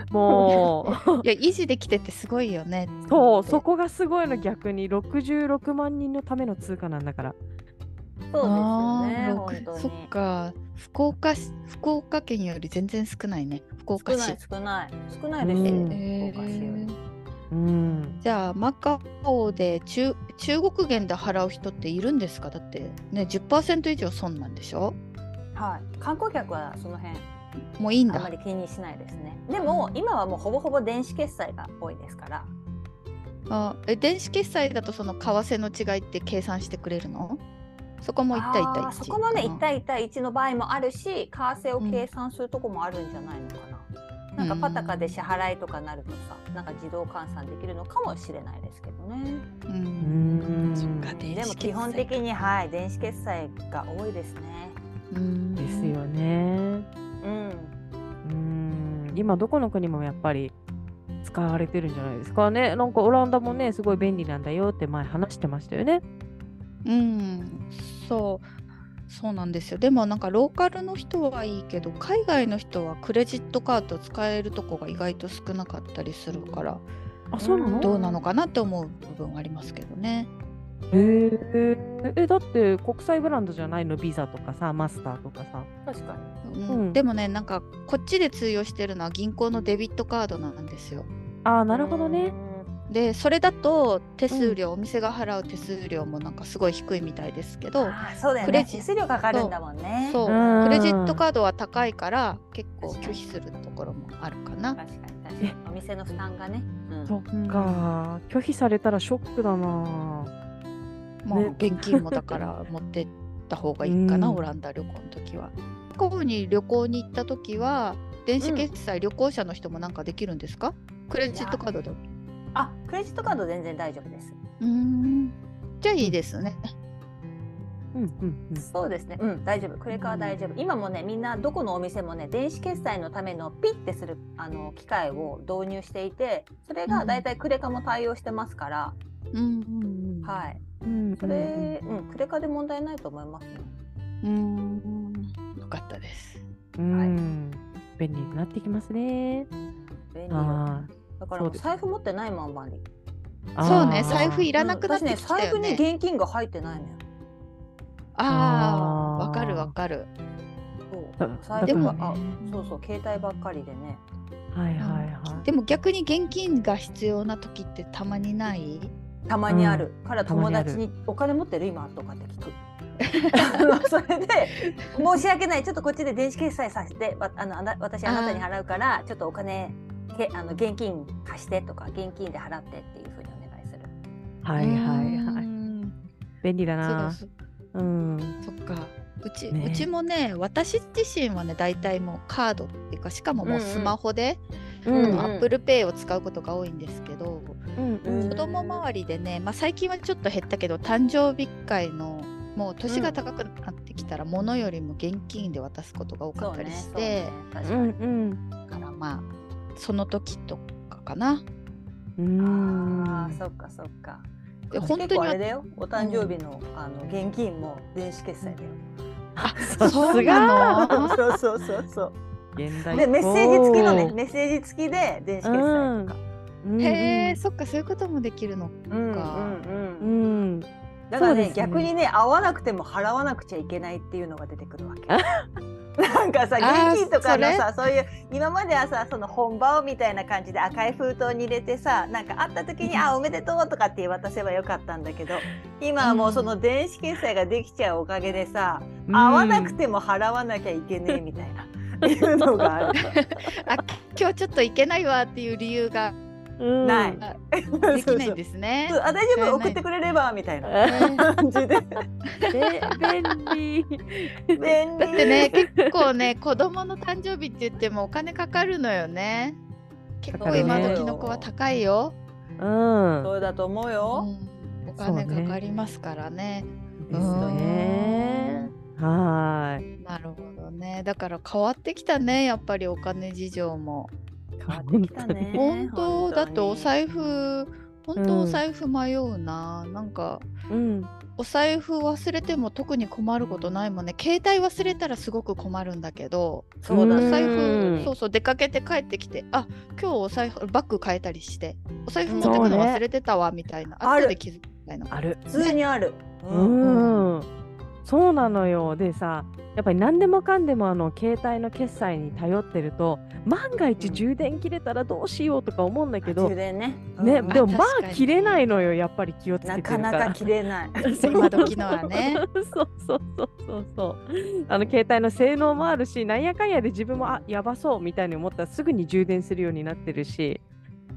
Speaker 1: もう。
Speaker 3: いや維持できててすごいよね。
Speaker 1: そう、そこがすごいの逆に66万人のための通貨なんだから。
Speaker 2: そうですよね
Speaker 3: あー、
Speaker 2: 本当
Speaker 3: そ
Speaker 2: に
Speaker 3: っ。か福岡市福岡県より全然少ないね福岡
Speaker 2: 少
Speaker 3: 市
Speaker 2: ない、少ない、少ないです
Speaker 1: う
Speaker 2: よ。
Speaker 1: ん
Speaker 3: え
Speaker 2: 福岡市より
Speaker 3: ー
Speaker 1: うん。
Speaker 3: じゃあマカオで中中国元で払う人っているんですかだってね10%以上損なんでしょ
Speaker 2: はい、観光客はその辺
Speaker 3: もういいん
Speaker 2: あんま
Speaker 3: だ
Speaker 2: り気にしないですね。でも今はもうほぼほぼ電子決済が多いですから。
Speaker 3: あえ電子決済だとその為替の違いって計算してくれるのそこも1対1対
Speaker 2: あー
Speaker 3: 1
Speaker 2: そこもね
Speaker 3: かな
Speaker 2: 1対1対1の場合もあるし為替を計算するとこもあるんじゃないのかな、なんかパタカで支払いとかなるとさなんか自動換算できるのかもしれないですけどね
Speaker 3: う
Speaker 1: うんん。
Speaker 3: そっか電子
Speaker 2: で
Speaker 3: 決
Speaker 2: も
Speaker 3: 済
Speaker 2: 基本的にはい電子決済が多いですね
Speaker 3: うん
Speaker 1: ですよね。
Speaker 2: うん
Speaker 1: うん。今どこの国もやっぱり使われてるんじゃないですかね。なんかオランダもね、すごい便利なんだよって前話してましたよね。
Speaker 3: うん、そう。そうなんですよでもなんかローカルの人はいいけど海外の人はクレジットカード使えるとこが意外と少なかったりするから
Speaker 1: あ、そうなの
Speaker 3: どうなのかなって思う部分はありますけどね。
Speaker 1: へーえ、だって国際ブランドじゃないのビザとかさ、マスターとかさ。
Speaker 2: 確かに。
Speaker 3: うん
Speaker 1: うん
Speaker 3: でもねなんかこっちで通用してるのは銀行のデビットカードなんですよ。
Speaker 1: ああ、なるほどね。
Speaker 3: でそれだと手数料、お店が払う手数料もなんかすごい低いみたいですけ
Speaker 2: う
Speaker 3: ど
Speaker 2: ん。あーそうだよ
Speaker 3: ク
Speaker 2: ね
Speaker 3: レ。ジ
Speaker 2: 手数料かかるんだもんね。
Speaker 3: そう
Speaker 1: うん
Speaker 3: クレジットカードは高いから結構拒否するところもあるかな。
Speaker 2: 確かに確かに。お店の負担がね。うん
Speaker 1: そっか、拒否されたらショックだな。
Speaker 3: まあ、
Speaker 1: ね
Speaker 3: 現金もだから 持ってった方がいいかな、
Speaker 1: うん
Speaker 3: オランダ旅行の時は。こういうふうに旅行に行った時は電子決済、旅行者の人もなんかできるんですかクレジットカードで。
Speaker 2: あ、クレジットカード全然大丈夫です。
Speaker 3: うーんじゃあいいですね。
Speaker 1: うんうんうん。
Speaker 2: そうですね。うん、大丈夫。クレカは大丈夫。今もね、みんなどこのお店もね、電子決済のためのピッてするあの機械を導入していて、それがだいたいクレカも対応してますから、
Speaker 3: うんうんうん
Speaker 2: はい。
Speaker 1: うん
Speaker 2: それ、うん、クレカで問題ないと思いますね。
Speaker 3: うーんよかったです。
Speaker 1: うん
Speaker 2: はい
Speaker 1: うん便利になってきますね。
Speaker 2: 便利よ。
Speaker 1: あ
Speaker 2: だか
Speaker 1: そ
Speaker 2: ら
Speaker 1: うです
Speaker 2: 財布持ってないまんまに。
Speaker 1: あ
Speaker 3: そうね
Speaker 1: あー
Speaker 3: 財布いらなくなって
Speaker 2: うん
Speaker 3: きたよね
Speaker 2: 私ね、財布に現金が入ってないのよ。
Speaker 3: あ
Speaker 1: あ
Speaker 3: あ
Speaker 1: ー
Speaker 3: わかるわかる。
Speaker 2: そ
Speaker 1: だ
Speaker 2: う。
Speaker 1: だ
Speaker 2: 財
Speaker 1: で
Speaker 2: 布
Speaker 1: も
Speaker 2: が、あ
Speaker 3: ね、
Speaker 2: そうそう、携帯ばっかりでね。
Speaker 1: はいはいはい。
Speaker 3: でも逆に現金が必要な時ってたまにない
Speaker 2: たまにある、から
Speaker 1: たま
Speaker 2: 友
Speaker 1: にある
Speaker 2: 達に「お金持ってる今」とかって聞く。あの それで「申し訳ないちょっとこっちで電子決済させてわあのあな私あなたに払うからちょっとお金けあの現金貸して」とか「現金で払って」っていうふうにお願いする。
Speaker 1: はいはいは
Speaker 3: うー
Speaker 1: い。
Speaker 3: ん
Speaker 1: 便利だ
Speaker 3: そうだ
Speaker 1: な。
Speaker 3: そう
Speaker 1: うん。
Speaker 3: そっか。うち、
Speaker 1: ね
Speaker 3: うちもね、私自身はね、大体もうカードっていうか、しかももうスマホで、
Speaker 1: う
Speaker 2: うん
Speaker 1: ん
Speaker 2: うん
Speaker 3: アップルペイを使うことが多いんですけど、
Speaker 1: うん
Speaker 3: 子供周りでね、まあ、最近はちょっと減ったけど、誕生日会の、もう年が高くなってきたら、物よりも現金で渡すことが多かったりして、
Speaker 2: そうね
Speaker 1: う
Speaker 2: そ
Speaker 1: ん
Speaker 2: うね
Speaker 1: うん
Speaker 3: だからまあ、その時とかかな。
Speaker 1: う
Speaker 2: 確か
Speaker 1: ん。
Speaker 2: にあーそっかそっか。
Speaker 3: で本当
Speaker 2: 結
Speaker 3: に
Speaker 2: 構あれだよお誕生日の,、あの現金も電子決済だよ。
Speaker 1: あ
Speaker 3: あ
Speaker 1: さ
Speaker 3: そう
Speaker 1: すが。
Speaker 3: なの
Speaker 2: そうそうそうそう。
Speaker 1: 現代
Speaker 2: でメッセージ付きのね
Speaker 1: おー
Speaker 2: メッセージ付きで電子決済とか。
Speaker 1: うんうん
Speaker 3: へえ、そっか、そういうこともできるの。
Speaker 2: うん
Speaker 3: か
Speaker 2: うんうん
Speaker 1: うん。
Speaker 2: だからね
Speaker 1: そうですね
Speaker 2: 逆にね会わなくても払わなくちゃいけないっていうのが出てくるわけ。 なんかさ
Speaker 3: あー
Speaker 2: 現金とかのさそういう今まではさその本場みたいな感じで赤い封筒に入れてさなんか会った時に「あおめでとう」とかって渡せばよかったんだけど今はもうその電子決済ができちゃうおかげでさ
Speaker 1: うん
Speaker 2: 会わなくても払わなきゃいけねえみたいな。いうのがある。
Speaker 3: 今日ちょっと行けないわっていう理由が
Speaker 1: うん
Speaker 2: ない
Speaker 3: できないん
Speaker 2: す。
Speaker 3: ですね
Speaker 2: そう。あ大丈夫送ってくれればみたいな
Speaker 1: え
Speaker 2: 感じで
Speaker 1: 便利。
Speaker 2: 便利。
Speaker 3: だって ね結構ね子供の誕生日って言ってもお金かかるのよね結
Speaker 1: か
Speaker 3: 構
Speaker 1: かるね
Speaker 3: 今時の子は高いよ、
Speaker 1: うん。
Speaker 2: そうだと思う
Speaker 3: う
Speaker 2: よ。
Speaker 3: ん、お金かかりますからね
Speaker 1: で
Speaker 3: う
Speaker 1: す
Speaker 3: ん
Speaker 1: ね。はーい。
Speaker 3: なるほどねだから変わってきたねやっぱりお金事情も
Speaker 2: 変わってきたね。
Speaker 3: 本当だってお
Speaker 2: え
Speaker 3: 財布本
Speaker 1: う
Speaker 3: 当
Speaker 1: ん
Speaker 3: お財布迷うな、なんか
Speaker 1: うん。
Speaker 3: お財布忘れても特に困ることないもんね携帯忘れたらすごく困るんだけど
Speaker 2: そうだ
Speaker 3: お
Speaker 1: ん
Speaker 3: 財布
Speaker 2: ね。
Speaker 1: うん
Speaker 3: そうそう出かけて帰ってきてあ今日お財布バッグ変えたりしてお財布持って
Speaker 2: そ
Speaker 3: く
Speaker 2: う
Speaker 3: の
Speaker 1: ね
Speaker 3: 忘れてたわみたいな、
Speaker 2: ある
Speaker 3: 後で気づくみたいな
Speaker 1: ある。
Speaker 2: 普通にある。
Speaker 1: う
Speaker 2: うん
Speaker 1: ん。そうなのよ。でさ、やっぱり何でもかんでもあの携帯の決済に頼ってると、万が
Speaker 2: う
Speaker 1: 一
Speaker 2: ん
Speaker 1: 充電切れたらどうしようとか思うんだけど
Speaker 2: 充、電ね。
Speaker 1: ね、
Speaker 2: うん
Speaker 1: でもま
Speaker 3: 確か
Speaker 1: あ
Speaker 3: に
Speaker 1: 切れないのよ。やっぱり気をつけて
Speaker 2: な
Speaker 1: るか。
Speaker 2: からなか切れ ない。
Speaker 1: そう
Speaker 3: 今時のはね
Speaker 1: そうそうそうそうそうあの携帯の性能もあるしなんやかんやで自分もあやばそうみたいに思ったらすぐに充電するようになってるし、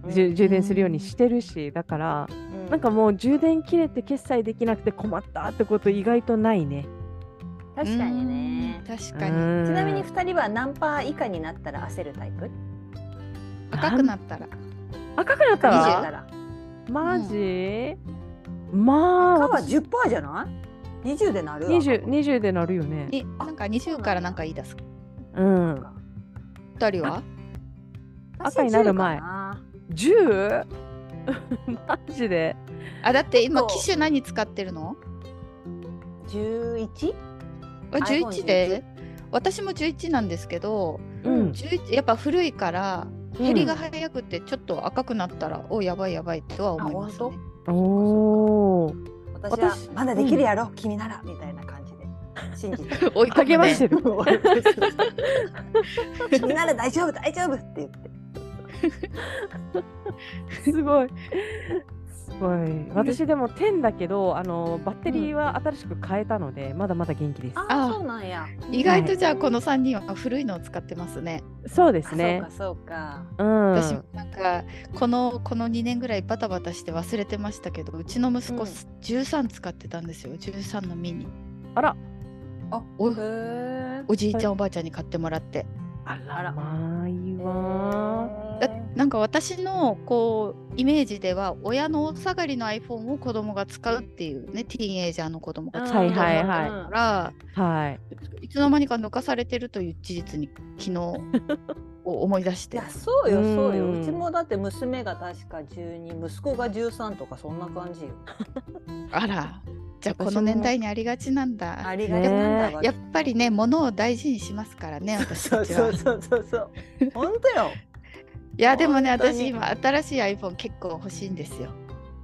Speaker 1: じゅ充電するようにしてるしだから
Speaker 2: うん
Speaker 1: なんかもう充電切れて決済できなくて困ったってこと意外とないね。
Speaker 2: 確かにね
Speaker 3: うん。確かに
Speaker 1: うん
Speaker 2: ちなみに二人は何パー以下になったら焦るタイプ？
Speaker 3: 赤くなったら
Speaker 1: 赤くなった
Speaker 2: 二
Speaker 3: ら
Speaker 2: 十
Speaker 1: わ
Speaker 2: から。
Speaker 1: マジ、まあ
Speaker 2: 赤は
Speaker 1: 私
Speaker 2: 十パーじゃない？二十でなる？
Speaker 1: 20, 20でなるよね。
Speaker 3: になんか20からなんか言い出す
Speaker 1: うん、
Speaker 3: 2人は
Speaker 1: 赤になる前
Speaker 2: 私10か
Speaker 1: 10? マジで
Speaker 3: あだって今
Speaker 2: 結構
Speaker 3: 機種何使ってるの
Speaker 2: な。十一？
Speaker 3: うは
Speaker 2: iPhone
Speaker 3: 11で私も11なんですけど
Speaker 1: うん
Speaker 3: 11やっぱ古いから減りが早くてちょっと赤くなったら、おやばいやばいとは思います、
Speaker 2: あ
Speaker 3: ね
Speaker 2: 本、
Speaker 1: おお。
Speaker 2: 私は
Speaker 1: 私
Speaker 2: まだできるやろ、君ならみたいな感じで信じて
Speaker 3: 追い込む
Speaker 1: 励まして る。
Speaker 2: 終わってそう君なら大丈夫大丈夫って言って
Speaker 1: すごい。すごい。私でも10だけど、あのバッテリーは新しく変えたので、まだまだ元気です。
Speaker 3: あ
Speaker 2: うなんや
Speaker 3: 意外とじゃあこの3人は古いのを使ってますね。
Speaker 1: そうで
Speaker 2: あ
Speaker 1: すね。
Speaker 2: そうか
Speaker 1: うん。
Speaker 3: 私もなんかこのこの2年ぐらいバタバタして忘れてましたけどうちの息
Speaker 2: うん
Speaker 3: 子13使ってたんですよ13のミニ
Speaker 1: あら。
Speaker 2: そうかあ
Speaker 3: お
Speaker 2: へ
Speaker 3: おじいちゃんおばあちゃんに買ってもらって
Speaker 1: あ
Speaker 2: あら
Speaker 1: まあいい
Speaker 2: え
Speaker 1: わ。
Speaker 3: だなんか私のこうイメージでは親のお下がりの iPhone を子供が使うっていうねティーンエイジャーの子供が使う
Speaker 1: はいはいはい
Speaker 3: から
Speaker 1: はい。
Speaker 3: いつの間にか抜かされてるという事実に昨日を思い出し
Speaker 2: い
Speaker 3: て
Speaker 2: やそうよそうよ
Speaker 1: うん
Speaker 2: うちもだって娘が確か12息子が13とかそんな感じよ
Speaker 3: あらじゃあこ
Speaker 1: 私
Speaker 3: の
Speaker 1: も
Speaker 3: 年代にありがちなんだ
Speaker 2: ありがちなんだわ
Speaker 3: やっぱりね物を大事にしますからね私
Speaker 2: そ
Speaker 3: た
Speaker 2: う
Speaker 3: ち
Speaker 2: そ
Speaker 3: は
Speaker 2: うそうそうそう本当よ
Speaker 3: いやでもね
Speaker 2: 本当に
Speaker 3: 私今新しい iPhone 結構欲しいんですよ。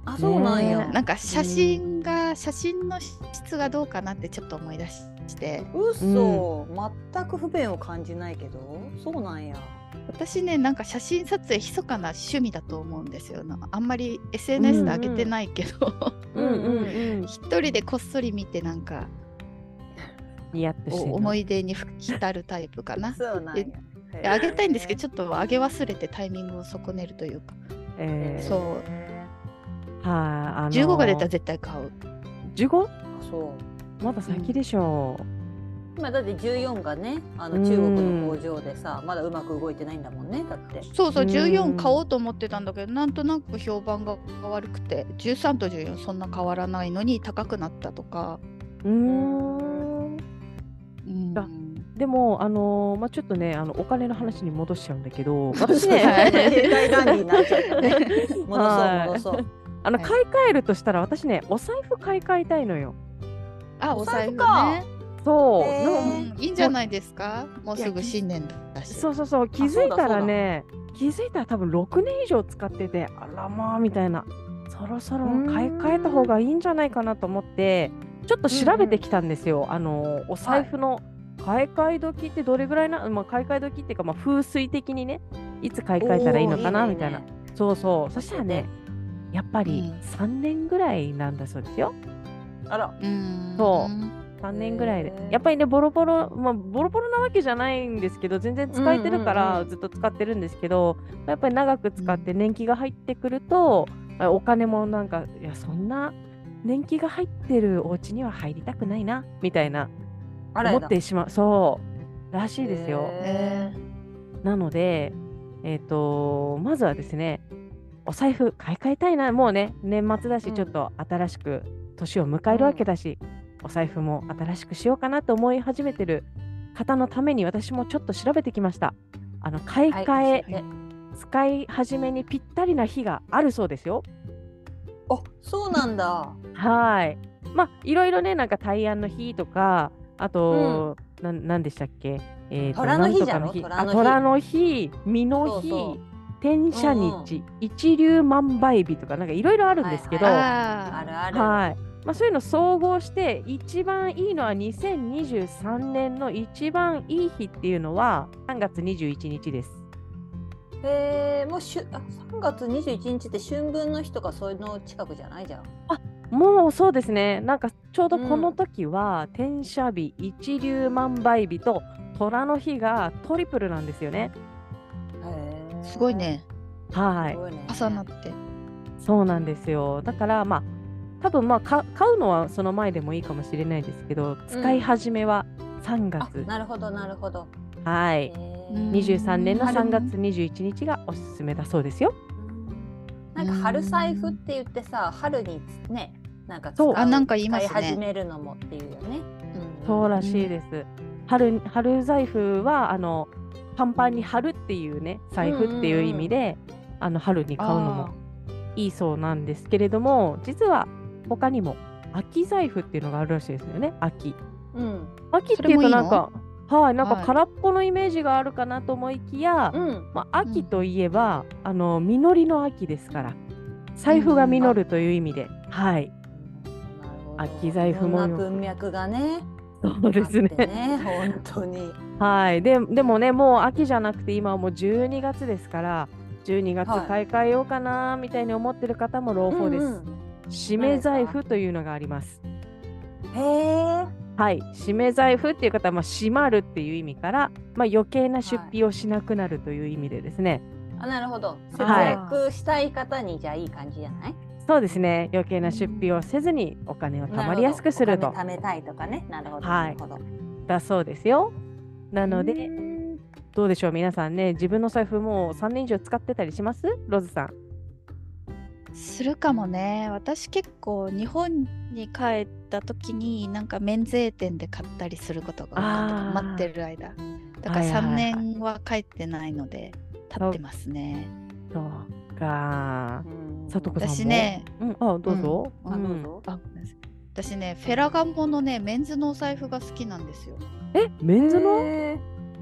Speaker 2: あそうなん
Speaker 1: い
Speaker 2: や、
Speaker 1: や
Speaker 3: なんか写真が写真の質がどうかなってちょっと思い出して
Speaker 2: 嘘、全く不便を感じないけどそうなんや
Speaker 3: 私ねなんか写真撮影密かな趣味だと思うんですよ。あんまり SNS で上げてないけど、
Speaker 1: うんうん
Speaker 3: 一人でこっそり見てなんか
Speaker 1: うん。やっとしてん
Speaker 3: お
Speaker 1: の
Speaker 3: 思い出に浸るタイプかな。
Speaker 2: そうなんや
Speaker 3: えで上げたいんですけど
Speaker 2: ょっ
Speaker 3: ちょっと上げ忘れてタイミングを損ねるというか
Speaker 1: えー、
Speaker 3: そう
Speaker 1: はい、あの
Speaker 3: 15が出たら絶対買う。
Speaker 1: 15?
Speaker 2: そう
Speaker 1: まだ先でしょ
Speaker 2: 今だって14がねあ
Speaker 1: う
Speaker 2: の
Speaker 1: ん
Speaker 2: 中国の工場でさまだうまく動いてないんだもんねだって
Speaker 3: そうそう
Speaker 1: うん
Speaker 3: 14買おうと思ってたんだけどなんとなく評判が悪くて13と14そんな変わらないのに高くなったとか、
Speaker 1: う。うーん。
Speaker 3: うん
Speaker 1: あでも、あのーまあ、ちょっとね、あのお金の話に戻しちゃうんだけど、私
Speaker 3: は
Speaker 1: ね、
Speaker 3: い
Speaker 2: 大ダンディーになっちゃった ね戻そう
Speaker 1: はい
Speaker 2: 戻そう
Speaker 1: あの
Speaker 3: はい
Speaker 1: 買い替えるとしたら、私ね、お財布買い替えたいのよ。
Speaker 3: あ
Speaker 2: お
Speaker 3: お
Speaker 2: 財
Speaker 3: 財
Speaker 2: 布
Speaker 3: 布
Speaker 2: か
Speaker 3: ね、
Speaker 1: そう、
Speaker 2: へー
Speaker 1: な
Speaker 3: うんいいんじゃないですかもうすぐ新年だし
Speaker 1: そうそうそう、気づいたらね、気づいたら多分6年以上使ってて、あらまあみたいな、そろそろ買い替えた方がいいんじゃないかなと思って、ちょっと調べてきたんですよ、あのお財布の買い替え時ってどれぐらいな、まあ、買い替え時っていうか、まあ、風水的にね、いつ買い替えたらいいのかな
Speaker 2: おー
Speaker 1: みたいな、
Speaker 2: ねね
Speaker 1: そうそう、そしたらね、やっぱり
Speaker 3: うん
Speaker 1: 3年ぐらいなんだそうですよ。
Speaker 2: あら
Speaker 3: うん
Speaker 1: そ3年ぐらい
Speaker 2: へ
Speaker 1: で
Speaker 2: ー
Speaker 1: やっぱりねボロボロまあボロボロなわけじゃないんですけど全然使えてるか
Speaker 2: うんうん
Speaker 1: ら
Speaker 2: うん
Speaker 1: ずっと使ってるんですけど、やっぱり長く使って年季が入ってくると、あお金もなんかいやそんな年季が入ってるお家には入りたくないなみたいな
Speaker 2: あら
Speaker 1: 思
Speaker 2: や
Speaker 1: っ
Speaker 2: だ
Speaker 1: てしまうそうらしいですよ、
Speaker 2: へ
Speaker 1: なのでえっ、とまずはですねお財布買い替えたいなもうね年末だ
Speaker 2: う
Speaker 1: し
Speaker 2: ん
Speaker 1: ちょっと新しく年を迎えるわけだし、お財布も新しくしようかなと思い始めてる方のために私もちょっと調べてきましたあの買い
Speaker 2: ー
Speaker 1: 替え、
Speaker 2: はい
Speaker 1: 使い始めにぴったりな日があるそうですよ
Speaker 2: あそうなんだ
Speaker 1: はいまあいろいろねなんか大安の日とかあと、なん、なんでしたっけえーと
Speaker 2: 虎の日
Speaker 1: なんとか
Speaker 2: じゃろ
Speaker 1: あ
Speaker 2: 虎
Speaker 1: 虎の日実の日
Speaker 2: そうそう
Speaker 1: 転写日、一粒万倍日とかなんかいろいろあるんですけど、
Speaker 2: はい
Speaker 3: あ
Speaker 2: あ
Speaker 3: ー
Speaker 2: るある
Speaker 1: はいまあ、そういうの総合して一番いいのは2023年の一番いい日っていうのは3月21日です。
Speaker 2: えー、もうしゅあ3月21日って春分の日とかそういうの近くじゃないじゃん。
Speaker 1: もうそうですねなんかちょうどこの時は、転写日一粒万倍日と虎の日がトリプルなんですよね。
Speaker 3: すごい。ね
Speaker 1: はい
Speaker 2: すごいね。
Speaker 3: 重なって
Speaker 1: そうなんですよ。だからまあ多分まあか買うのはその前でもいいかもしれないですけど、使い始めは3
Speaker 2: あ
Speaker 1: 月、
Speaker 2: なるほどなるほど。
Speaker 1: は
Speaker 2: え
Speaker 1: い
Speaker 2: ー
Speaker 1: 23年の
Speaker 3: 春
Speaker 1: 3月21日がおすすめだそうですよ。
Speaker 2: なんか春財布って言ってさ春にねなんか使
Speaker 1: そう
Speaker 3: あなんか言いますね
Speaker 2: 使い始めるのもっていうよね。ん
Speaker 1: そうらしいです。春春財布はあのパンパンに春っていうね財布っていう意味で、あの春に買うのも
Speaker 3: あ
Speaker 1: いいそうなんですけれども実は他にも秋財布っていうのがあるらしいですよね秋。
Speaker 3: ー
Speaker 2: うん
Speaker 1: 秋って
Speaker 3: そ
Speaker 1: い
Speaker 3: れ
Speaker 1: う
Speaker 3: もい
Speaker 1: と
Speaker 3: いの
Speaker 1: なんかはいなんか
Speaker 3: はい
Speaker 1: 空っぽのイメージがあるかなと思いきや、
Speaker 2: うん
Speaker 1: まあ、秋といえば、あの実りの秋ですから財布が実るという意味で、はい
Speaker 2: なるほど
Speaker 1: 秋財布も
Speaker 2: いろんな文脈がね
Speaker 1: そうです
Speaker 2: あって
Speaker 1: ね。
Speaker 2: ね本当に
Speaker 1: はいででもねもう秋じゃなくて今はもう12月ですから12月
Speaker 2: はい
Speaker 1: 買い替えようかなみたいに思ってる方も朗報です。
Speaker 2: うんうん
Speaker 1: 締め財布というのがあります。
Speaker 2: へえ
Speaker 1: はい、締め財布っていう方は、まあ、締まるっていう意味から、まあ、余計な出費をしなくなるという意味でですね、
Speaker 2: あなるほど節
Speaker 1: はい
Speaker 2: 約したい方にじゃあいい感じじゃない
Speaker 1: そうですね余計な出費をせずにお金を貯まりやすくする
Speaker 2: な
Speaker 1: と
Speaker 2: ほどお金貯めたいとかねなるほど、
Speaker 1: はい
Speaker 2: なるほど
Speaker 1: だそうですよ。なので、
Speaker 2: うん
Speaker 1: どうでしょう皆さんね自分の財布もう3年以上使ってたりしますロズさん。
Speaker 3: するかもね私結構日本に帰った時になんか免税店で買ったりすることが多かったか
Speaker 1: あ
Speaker 3: ら
Speaker 1: ー
Speaker 3: 待ってる間だか
Speaker 1: は
Speaker 3: ら
Speaker 1: いはいはい
Speaker 3: 3年は帰ってないので経ってますね、
Speaker 1: そうか。
Speaker 2: うん
Speaker 1: さとこさんも
Speaker 3: 私ね
Speaker 1: うん、あどうぞ。
Speaker 2: あどうぞ
Speaker 3: あごめんなさい私ねフェラガモのねメンズのお財布が好きなんですよ
Speaker 1: うんえメンズの、
Speaker 2: へー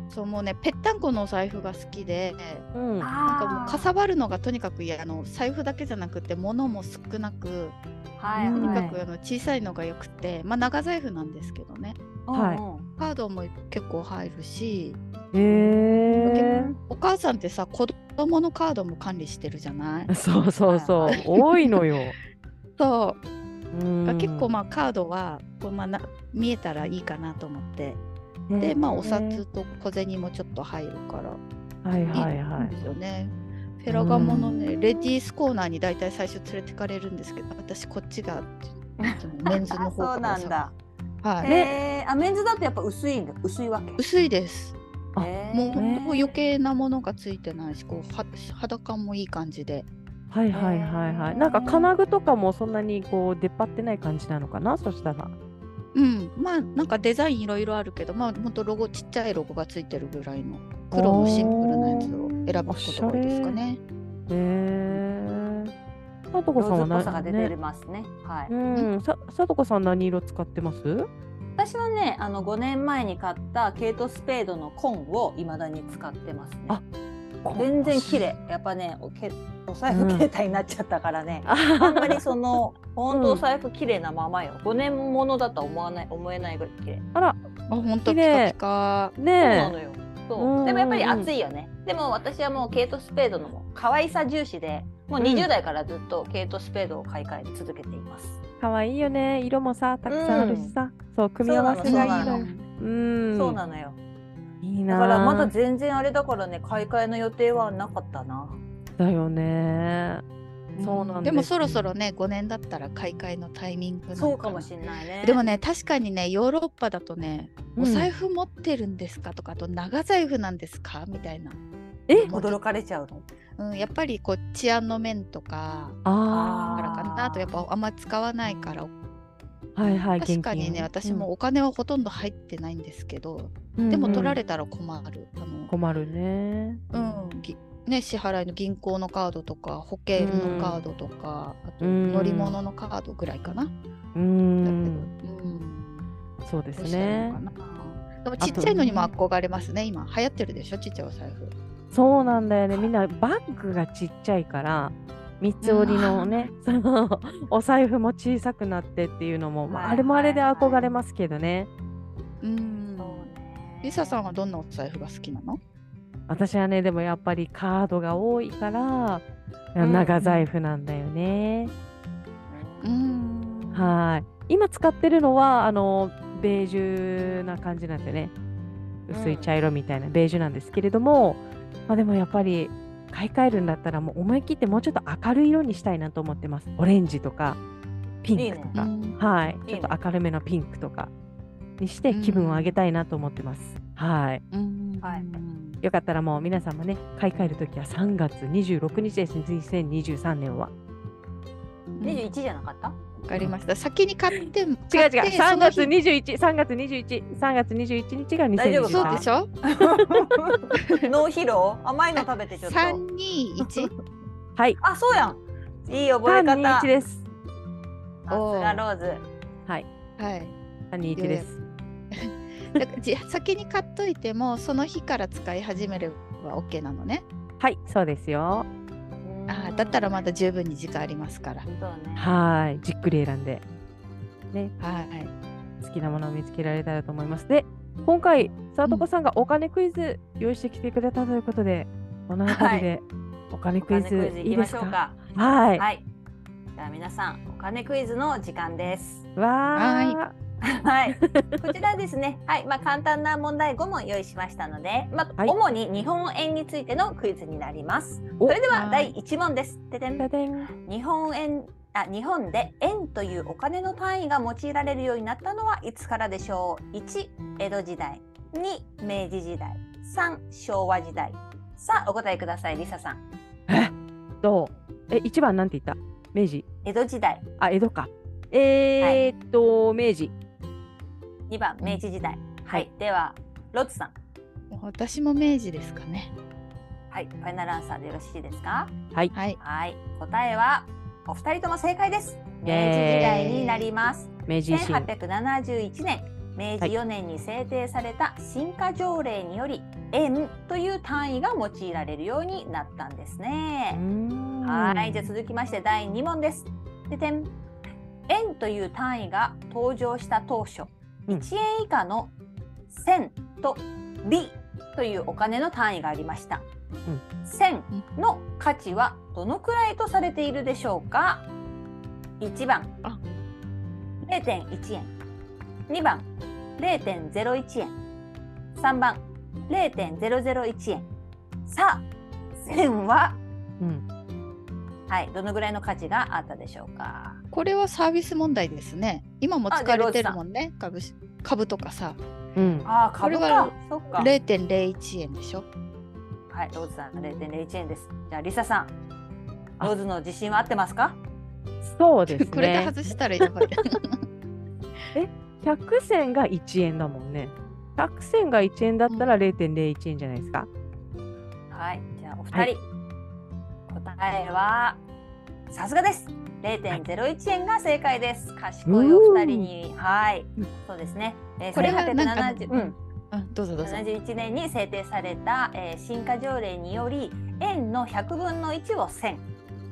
Speaker 3: そうもうねぺったんこのお財布が好きで
Speaker 1: うん、は
Speaker 3: なん
Speaker 2: あ
Speaker 3: かもうかさばるのがとにかく嫌あの財布だけじゃなくて物も少なく
Speaker 2: はい
Speaker 3: とに
Speaker 2: は
Speaker 3: か
Speaker 2: い
Speaker 3: くあの小さいのがよくて、まあ長財布なんですけどね
Speaker 1: はい
Speaker 2: うんうん
Speaker 3: カードも結構入るし
Speaker 1: えー、
Speaker 3: お母さんってさ子供のカードも管理してるじゃない
Speaker 1: そうそうそう多いのよ。
Speaker 3: そう、
Speaker 1: うん
Speaker 3: 結構まあカードはこう、まあ、な見えたらいいかなと思って
Speaker 1: ね
Speaker 3: でまあお
Speaker 1: ね
Speaker 3: 札と小銭もちょっと入るから
Speaker 1: はいはい
Speaker 3: い
Speaker 1: はい
Speaker 3: ん
Speaker 1: い
Speaker 3: ですよね。フェラガモのね、レディースコーナーに大体最初連れてかれるんですけど私こっちがいつもメンズの
Speaker 2: あ
Speaker 3: 方
Speaker 2: そう
Speaker 3: から
Speaker 2: なん
Speaker 3: さ
Speaker 2: だ。
Speaker 3: はい、
Speaker 2: へーあメンズだとやっぱ薄いんだ薄いわけ。
Speaker 3: 薄いです
Speaker 1: あ
Speaker 2: へー
Speaker 3: もうほんと
Speaker 1: ね
Speaker 3: 余計なものがついてないしこうは肌感もいい感じで
Speaker 1: はいはいはいは
Speaker 2: え
Speaker 1: い。
Speaker 2: ー
Speaker 1: なんか金具とかもそんなにこう出っ張ってない感じなのかなそしたら。
Speaker 3: うんまあなんかデザインいろいろあるけどまあほんとロゴちっちゃいロゴがついてるぐらいの黒のシンプルなやつを選ぶことが多いですかね。
Speaker 1: へえ。さとこ
Speaker 2: ロ
Speaker 1: さんは
Speaker 2: ーズっ
Speaker 1: な。
Speaker 2: ぽさが出て。ますね。はいう
Speaker 1: ん。ささとこさん何色使ってます？
Speaker 2: 私はねあの5年前に買ったケイトスペードのコンを未だに使ってますね
Speaker 1: あ。
Speaker 2: 全然綺麗。やっぱねおけお財
Speaker 1: う
Speaker 2: 布
Speaker 1: ん
Speaker 2: 携帯になっちゃったからね。
Speaker 1: あ
Speaker 2: あ
Speaker 1: は
Speaker 2: んまりその本当お財布綺麗なままよ。5年ものだとは思わない思えないぐらい綺麗。
Speaker 3: あほんと
Speaker 1: 綺
Speaker 3: ピ
Speaker 1: 麗
Speaker 3: カ
Speaker 1: は
Speaker 3: ピカ
Speaker 2: そうな
Speaker 1: ね
Speaker 2: のよ。
Speaker 1: うんうんう
Speaker 2: そ
Speaker 1: ん
Speaker 2: う。でもやっぱり暑いよね。でも私はもうケイトスペードの可愛さ重視で、もう
Speaker 1: うん
Speaker 2: 20代からずっとケイトスペードを買い替え続けています。
Speaker 1: え。可愛いよね。色もさたくさんあるしさ。そう組み合わせ
Speaker 2: そう
Speaker 1: が
Speaker 2: ない
Speaker 1: い
Speaker 2: の
Speaker 1: のよ。うん。
Speaker 2: そうなのよ。
Speaker 1: いい
Speaker 2: だ
Speaker 1: な。
Speaker 2: からまだ全然あれだからね買い替えの予定はなかったな。
Speaker 1: だよね。そうなんで
Speaker 3: で
Speaker 1: す
Speaker 3: もそろそろね5年だったら買い替えのタイミングなの
Speaker 2: そうかもしれないね。
Speaker 3: でもね確かにねヨーロッパだとね、
Speaker 1: うん
Speaker 3: お財布持ってるんですかとかあと長財布なんですかみたいな、
Speaker 1: え
Speaker 3: もう
Speaker 2: 驚かれちゃうの。
Speaker 3: うん、やっぱりこう治安の面とか
Speaker 1: あ
Speaker 3: からかなあとやっぱあんま使わないから
Speaker 1: あ。はいはい。
Speaker 3: 確かに
Speaker 1: 現
Speaker 3: ね
Speaker 1: 金
Speaker 3: 私もお金はほとんど入ってないんですけど、
Speaker 1: うん
Speaker 3: でも取ら
Speaker 1: うん
Speaker 3: れたら困る、
Speaker 1: 困るね。
Speaker 3: あのうんぎね、支払いの銀行のカードとか保険のカードとか、あと
Speaker 1: うん
Speaker 3: 乗り物のカードぐらいかな、
Speaker 1: う
Speaker 3: だ
Speaker 1: ん。
Speaker 3: けど、うん、
Speaker 1: そうです
Speaker 3: どうしたらいい
Speaker 1: ね
Speaker 3: のか。な。でもちっちゃいのにも憧れますね、今。流行ってるでしょ、ちっちゃいお財布。
Speaker 1: そうなんだよね。みんなバッグがちっちゃいから、三つ折りのね、そのお財布も小さくなってっていうのも、まあ、
Speaker 2: はい
Speaker 1: あれもあれで憧れますけどね。
Speaker 3: うん
Speaker 2: ね
Speaker 3: リサさんはどんなお財布が好きなの
Speaker 1: 私はね、でもやっぱりカードが多いから、
Speaker 2: うん
Speaker 1: 長財布なんだよね。
Speaker 3: んは
Speaker 1: はい。今使ってるのは、あの、ベージュな感じなんでね、薄い茶色みたいなベージュなんですけれども、まあでもやっぱり、買い替えるんだったらもう思い切ってもうちょっと明るい色にしたいなと思ってます。オレンジとかピンクとか。
Speaker 3: い。
Speaker 1: はい、
Speaker 2: いい
Speaker 1: ちょ
Speaker 2: ね
Speaker 1: っと明るめのピンクとかにして
Speaker 3: うん
Speaker 1: 気分を上げたいなと思ってます。はい、
Speaker 3: うん
Speaker 2: はい
Speaker 1: よかったらもう皆さんもね買い替えるときは3月26日ですね2023年は。
Speaker 2: 二十一じゃなか った？
Speaker 3: わかりました。先に買っても。
Speaker 1: 違う違う
Speaker 3: 買って
Speaker 1: 3月
Speaker 3: その日
Speaker 1: 21 3月21 3月21日が2023
Speaker 2: 大丈夫
Speaker 1: 年。
Speaker 3: そうでしょ
Speaker 2: 脳疲労？甘いの食べてちょっと。
Speaker 3: 三二一。
Speaker 1: はい
Speaker 2: あそうやん。いい覚え方。
Speaker 1: 321です。
Speaker 2: さすがローズ。
Speaker 1: はい
Speaker 3: はい。
Speaker 1: 321です。
Speaker 3: だからじ先に買っといてもその日から使い始めれば OK なのね
Speaker 1: はい、そうですよ。
Speaker 3: あーだったらまだ十分に時間ありますから
Speaker 2: 本当だね。
Speaker 1: はい、じっくり選んで
Speaker 3: はい
Speaker 1: 好きなものを見つけられたらと思います。で、今回、さとこさんがお金クイズ用意してきてくれたということで、この辺りでお金
Speaker 2: お
Speaker 1: クイ
Speaker 2: 金
Speaker 1: ズ、
Speaker 2: クイズ
Speaker 1: い
Speaker 2: い
Speaker 1: い
Speaker 2: き
Speaker 1: で
Speaker 2: ますしょう
Speaker 1: か
Speaker 2: か。
Speaker 1: はい。
Speaker 2: はい。じゃあ皆さんお金クイズの時間です。
Speaker 1: わ
Speaker 2: はい。こちらですね。はい。まあ簡単な問題5問用意しましたので、まあ、
Speaker 1: はい
Speaker 2: 主に日本円についてのクイズになります。
Speaker 1: お
Speaker 2: それでは
Speaker 3: は
Speaker 2: 第
Speaker 3: い
Speaker 2: 1問です。でで
Speaker 1: ー。
Speaker 2: ん
Speaker 1: だでん
Speaker 2: 日本円あ日本で円というお金の単位が用いられるようになったのはいつからでしょう ?1 江戸時代2明治時代3昭和時代さあお答えくださいリサさん
Speaker 1: どうえ、1番なんて言った明治
Speaker 2: 江戸時代
Speaker 1: あ、江戸か。えー、っと、明治。
Speaker 2: 2番明治時代はい、
Speaker 1: は
Speaker 2: ではロッツさん
Speaker 3: 私も明治ですかね
Speaker 2: はいファイナルアンサーでよろしいですか
Speaker 3: はい
Speaker 2: はい答えはお二人とも正解です
Speaker 1: イ
Speaker 2: 明治
Speaker 1: エーイ
Speaker 2: 時代になります
Speaker 1: 明治維新。
Speaker 2: 1871年明治4年に制定された新華条例により、円という単位が用いられるようになったんです
Speaker 1: うー
Speaker 2: ね。
Speaker 1: ん
Speaker 2: はいじゃあ続きまして第2問です。でてん円という単位が登場した当初、
Speaker 1: うん
Speaker 2: 1円以下の銭と美というお金の単位がありました。銭の価値はどのくらいとされているでしょうか1番
Speaker 3: あ
Speaker 2: 0.1円2番0.01円3番0.001円さあ銭は
Speaker 1: うん
Speaker 2: はいどのぐらいの価値があったでしょうか
Speaker 3: これはサービス問題ですね今も使われてるもんね株し株とかさ
Speaker 1: うん。
Speaker 2: ああ
Speaker 3: これ
Speaker 2: 株か
Speaker 3: は
Speaker 2: そっか
Speaker 3: 0.01円でしょ
Speaker 2: はいローズさん0.01円ですじゃあリサさんローズの自信は合ってますか
Speaker 1: そうです
Speaker 3: これで
Speaker 1: ね。
Speaker 3: 外したらやばい
Speaker 1: 100銭が1円だもんね。100銭が1円だったら0.01円じゃないですか。
Speaker 2: はい、じゃあお二人、答えはさすがです。0.01円が正解です。賢いお二人に、はい
Speaker 1: うん、
Speaker 2: そうですね。えー、
Speaker 3: これはなんか
Speaker 2: 1870うん
Speaker 3: うんどうぞどうぞ
Speaker 2: 71年に制定された、えー、新華条例により円の100分の1を1000、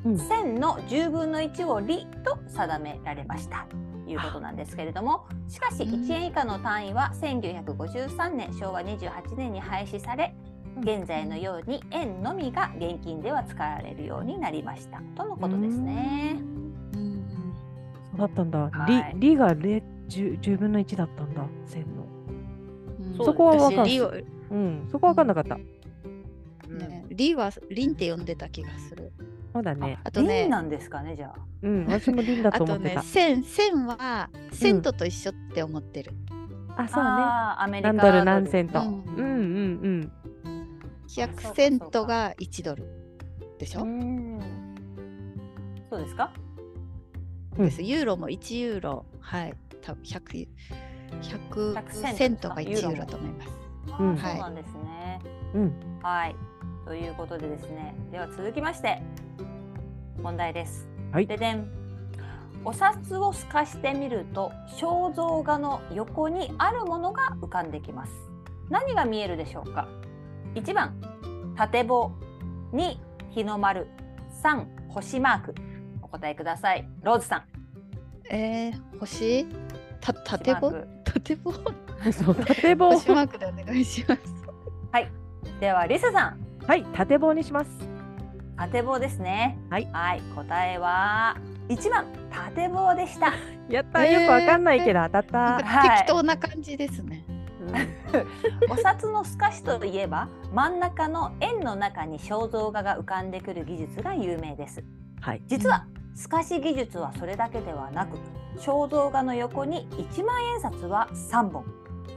Speaker 1: うん
Speaker 2: 1000の10分の1を利と定められましたということなんですけれどもしかし
Speaker 3: うん
Speaker 2: 1円以下の単位は1953年昭和28年に廃止され現在のように円のみが現金では使われるようになりましたとのことですね。
Speaker 3: うん
Speaker 1: そうだったんだ。
Speaker 2: はい
Speaker 1: り、りが0 10, 10分の1だったんだ、線の。
Speaker 3: うん
Speaker 1: そこはわかんない
Speaker 3: 私リを
Speaker 1: うん、そこわかんなかった。
Speaker 3: ね、リはリンって呼んでた気がする。
Speaker 1: そうだね。
Speaker 3: あと
Speaker 2: うん、
Speaker 3: ね
Speaker 2: 円なんですかねじゃあ。
Speaker 1: うん、私もりんだ
Speaker 3: あ
Speaker 1: と思
Speaker 3: と
Speaker 1: って
Speaker 3: ね
Speaker 1: た。、
Speaker 3: 線線はセントと一緒って思ってる。
Speaker 1: あ、そうだね。
Speaker 2: あーアメリカ
Speaker 1: 何ドル何セント。う
Speaker 3: うんん、
Speaker 1: うん、うん、
Speaker 3: 100セントが1ドルでし
Speaker 2: う
Speaker 3: ょ？
Speaker 2: んそうですか
Speaker 1: うん
Speaker 3: です。ユーロも1ユーロ、はい、多分100 100セントが1ユーロだと思います。
Speaker 2: あ
Speaker 1: うん
Speaker 2: ーそうなんですね。
Speaker 1: うん、
Speaker 2: はい。ということでですね、では続きまして問題です。
Speaker 1: はい
Speaker 2: ででん。お札を透かしてみると肖像画の横にあるものが浮かんできます。何が見えるでしょうか。一番縦棒、二日の丸、三星マーク。お答えください。ローズさん。
Speaker 3: えー、星た縦
Speaker 2: 星
Speaker 3: 棒
Speaker 2: マーク
Speaker 3: 縦棒
Speaker 1: うん。そう、縦棒。
Speaker 3: 星マークでお願いします。
Speaker 2: ではリサさん。
Speaker 1: はい、縦棒にします。
Speaker 2: 縦棒ですね。
Speaker 1: はい
Speaker 2: 答えは一番縦棒でした。
Speaker 1: やった、
Speaker 3: えー
Speaker 1: よくわかんないけど、当たっ
Speaker 3: なん
Speaker 1: た。
Speaker 3: か
Speaker 2: はい
Speaker 3: 適当な感じですね。
Speaker 2: お札の透かしといえば、真ん中の円の中に肖像画が浮かんでくる技術が有名です。
Speaker 1: はい。
Speaker 2: 実は透かし技術はそれだけではなく、肖像画の横に一万円札は三本、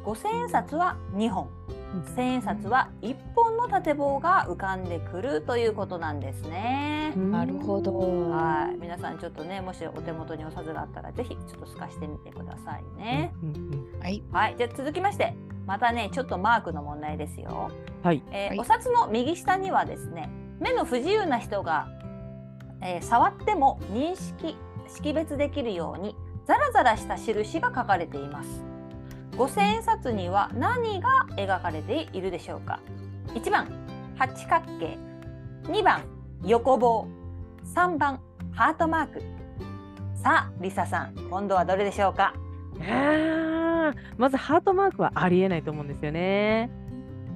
Speaker 2: 五千円札は二本
Speaker 1: うん、
Speaker 2: 千円札は一本の縦棒が浮かんでくるということなんですね。
Speaker 3: なるほど。
Speaker 2: はい、皆さんちょっとね、もしお手元にお札があったら、ぜひちょっと透かしてみてくださいね。
Speaker 1: うん。うん
Speaker 3: はい。
Speaker 2: はい、じゃあ続きまして、またね、ちょっとマークの問題ですよ。
Speaker 1: はい。
Speaker 2: えー
Speaker 3: はい
Speaker 2: お札の右下にはですね、目の不自由な人が、えー触っても認識識別できるようにザラザラした印が書かれています。五千円札には何が描かれているでしょうか1番八角形2番横棒3番ハートマークさあリサさん今度はどれでしょうか
Speaker 1: あーまずハートマークはありえないと思うんですよね。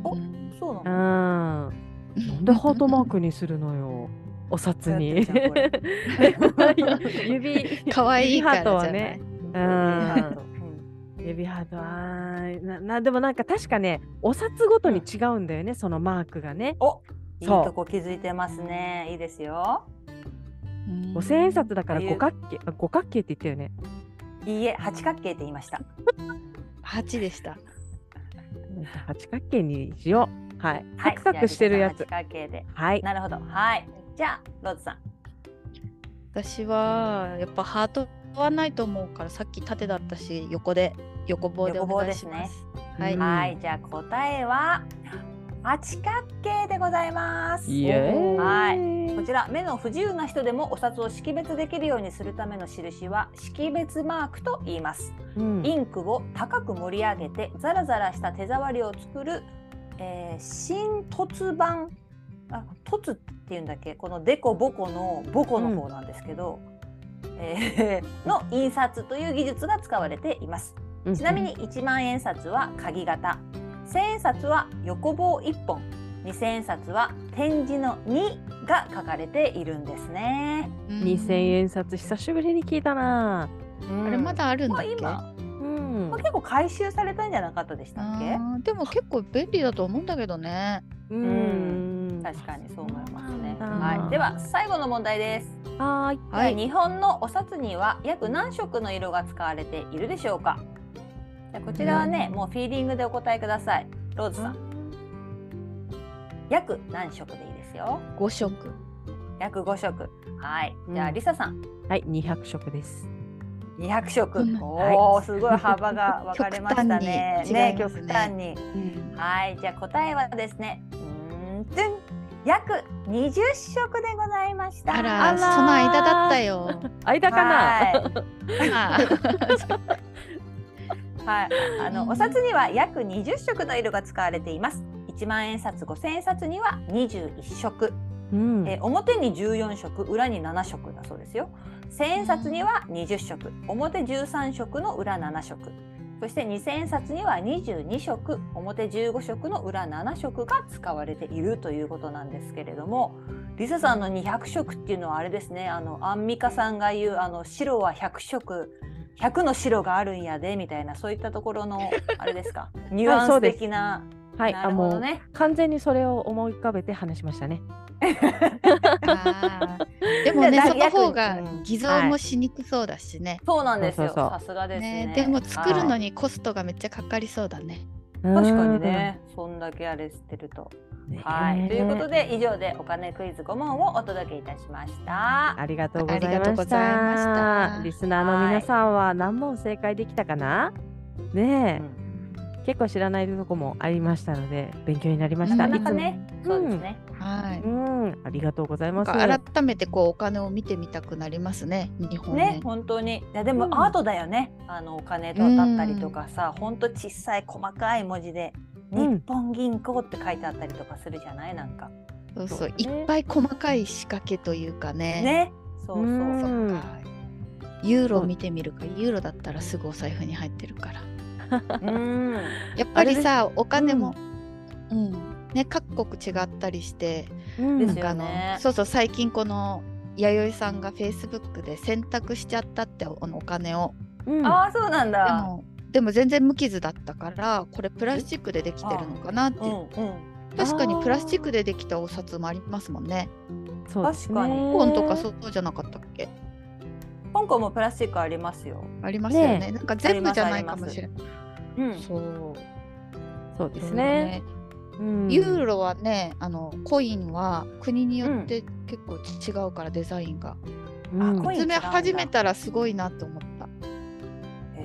Speaker 2: お
Speaker 3: うん
Speaker 2: そう
Speaker 1: う
Speaker 2: なの
Speaker 1: ん。でハートマークにするのよ。お札に
Speaker 2: 流行ってるじゃんこ
Speaker 1: 指
Speaker 3: 可愛いからじゃない。
Speaker 1: 指ハートはね指ハートはあーななでもなんか確かねお札ごとに違うんだよね、そのマークがね
Speaker 2: おいい
Speaker 1: そう
Speaker 2: とこ気づいてますねいいですよ
Speaker 3: うん
Speaker 1: 五千円札だから
Speaker 2: あいう
Speaker 1: 五角形あ五角形って言ったよね
Speaker 2: いいえ八角形って言いました
Speaker 3: 八でした。
Speaker 1: 八角形にしようはい、
Speaker 2: はい
Speaker 1: カクカクしてるや
Speaker 2: じ
Speaker 1: つ
Speaker 2: ゃあリサさん八角形で
Speaker 1: はい
Speaker 2: なるほどはいじゃあローズさん
Speaker 3: 私はやっぱハートはないと思うからさっき縦だったし横で横棒でお願いします。は
Speaker 1: う
Speaker 3: い
Speaker 1: ん。
Speaker 2: はい、じゃあ答えは八角形でございます。
Speaker 1: イエーイ
Speaker 2: はいこちら目の不自由な人でもお札を識別できるようにするための印は識別マークと言います。
Speaker 1: うん
Speaker 2: インクを高く盛り上げてザラザラした手触りを作る、えー新凸版あ凸っていうんだっけこのデコボコのボコの方なんですけど、えーの印刷という技術が使われています。ちなみに1万円札は鍵型1000円札は横棒1本2000円札は点字の2が書かれているんですね。
Speaker 1: うん二千円札久しぶりに聞いたな
Speaker 3: あ
Speaker 2: あ
Speaker 3: れまだあるんだ
Speaker 2: も
Speaker 3: っ
Speaker 2: う
Speaker 3: け？
Speaker 2: 今
Speaker 1: うん
Speaker 2: もう結構回収されたんじゃなかったでしたっけ
Speaker 3: あーでも結構便利だと思うんだけどね。
Speaker 1: う
Speaker 2: 確かにそう思いますね。
Speaker 1: そうなんだ
Speaker 2: はい、では最後の問題です。
Speaker 1: はーい
Speaker 3: は
Speaker 2: 日本のお札には約何色の色が使われているでしょうかじゃあこちらはね、もうフィーリングでお答えください。ローズさん。約何色でいいですよ。
Speaker 3: 五色。
Speaker 2: 約5色。はい。じゃあ、
Speaker 1: うん
Speaker 2: リサさん。
Speaker 1: はい二百色です
Speaker 2: 200色。
Speaker 3: うん
Speaker 2: おお、すごい幅が分かれましたね。
Speaker 3: 極端に
Speaker 2: ね
Speaker 3: 違います
Speaker 2: 極
Speaker 3: ね
Speaker 2: 端に。
Speaker 3: うん。
Speaker 2: はい。じゃあ、答えはですね。うーん、てん。約20色でございました。
Speaker 3: あ
Speaker 1: あ
Speaker 3: ら
Speaker 1: らー
Speaker 3: その間だったよ。
Speaker 1: 間かな
Speaker 2: はい。
Speaker 3: まあ
Speaker 2: はい、あの
Speaker 3: うん
Speaker 2: お札には約20色の色が使われています。1万円札、5千円札には21色、
Speaker 1: うん
Speaker 2: えー表に14色、裏に7色だそうですよ。千円札には20色、表13色の裏7色。そして二千円札には22色、表15色の裏7色が使われているということなんですけれども、リサさんの200色っていうのはあれですね、あのアンミカさんが言うあの白は100色、100の白があるんやでみたいなそういったところのあれです か、ニュアン
Speaker 1: そ
Speaker 2: ス
Speaker 1: うです
Speaker 2: 的な、
Speaker 1: はい
Speaker 2: な
Speaker 1: あ
Speaker 2: るほど
Speaker 1: もう
Speaker 2: ね。
Speaker 1: 完全にそれを思い浮かべて話しましたね
Speaker 3: あーでもね
Speaker 2: だ
Speaker 3: その方
Speaker 2: 約
Speaker 3: が
Speaker 2: うん
Speaker 3: 偽造もしにくそうだしね。
Speaker 2: そうなんですよ。
Speaker 1: そうそうそ
Speaker 2: さすがですね
Speaker 3: ねでも作るの
Speaker 2: に
Speaker 3: にコストがめっちゃかかりそうだね。
Speaker 2: 確かにね、そんだけあれしてると。
Speaker 1: うんね
Speaker 2: はい、ということで以上でお金クイズ5問をお届けいたしました。
Speaker 1: ありがとうござい
Speaker 3: ありがとう
Speaker 1: ま
Speaker 3: ご
Speaker 1: し
Speaker 3: ざいました
Speaker 1: た。リスナーの皆さんは何問正解できたかなねえ、結構知らないとこもありましたので勉強になりまし
Speaker 2: な
Speaker 1: た。
Speaker 2: か
Speaker 1: い
Speaker 2: なか
Speaker 1: つも
Speaker 2: ね、
Speaker 1: うん
Speaker 2: そうですね。
Speaker 3: はい。
Speaker 1: うん、ありがとうござい
Speaker 3: な
Speaker 1: ま
Speaker 3: ん
Speaker 1: す。
Speaker 3: か改めてこうお金を見てみたくなりますね。日本
Speaker 2: ね
Speaker 3: ね、。
Speaker 2: 本当に。いやでも
Speaker 1: うん
Speaker 2: アートだよね。あのお金と当たったりとかさ、本当小さい細かい文字で。
Speaker 1: うん
Speaker 2: 日本銀行って書いてあったりとかするじゃないなんか
Speaker 3: そう
Speaker 1: そ
Speaker 3: そうう
Speaker 1: ね。
Speaker 3: いっぱい細かい仕掛けというかね。。
Speaker 2: ねそうそ
Speaker 1: う
Speaker 2: う
Speaker 1: ん
Speaker 2: そう
Speaker 3: そっか。ユーロ見てみるか。ユーロだったらすぐお財布に入ってるから。
Speaker 2: うん
Speaker 3: やっぱりさ、お金も、うん、ね、各国違ったりして、
Speaker 1: うん
Speaker 2: で
Speaker 3: な
Speaker 2: す
Speaker 3: んか
Speaker 2: よ
Speaker 3: あ
Speaker 2: ね
Speaker 3: の、そうそう、最近この弥生さんがフェイスブックで選択しちゃったっておお金を。
Speaker 1: うん
Speaker 2: ああそうなん
Speaker 3: で
Speaker 2: だ
Speaker 3: も、でも全然無傷だったから、これプラスチックでできてるのかなって
Speaker 2: う。んうん
Speaker 3: 確かにプラスチックでできたお札もありますもんね。
Speaker 1: そうですね
Speaker 2: 確かに
Speaker 3: コーンとかそうじゃなかったっけ
Speaker 2: 香港もプラスチックありますよ
Speaker 3: ありますよね
Speaker 1: ね
Speaker 3: なんか全部じゃないかもしれない。
Speaker 2: うん
Speaker 3: そう
Speaker 1: そうです
Speaker 3: いろいろ
Speaker 1: ね。うん
Speaker 3: ユーロはね、あのコインは国によって結構違うからデザインが。
Speaker 1: うん
Speaker 2: あコイン
Speaker 3: 詰め
Speaker 2: 違うんだ
Speaker 3: 始めたらすごいなと思った。
Speaker 2: へ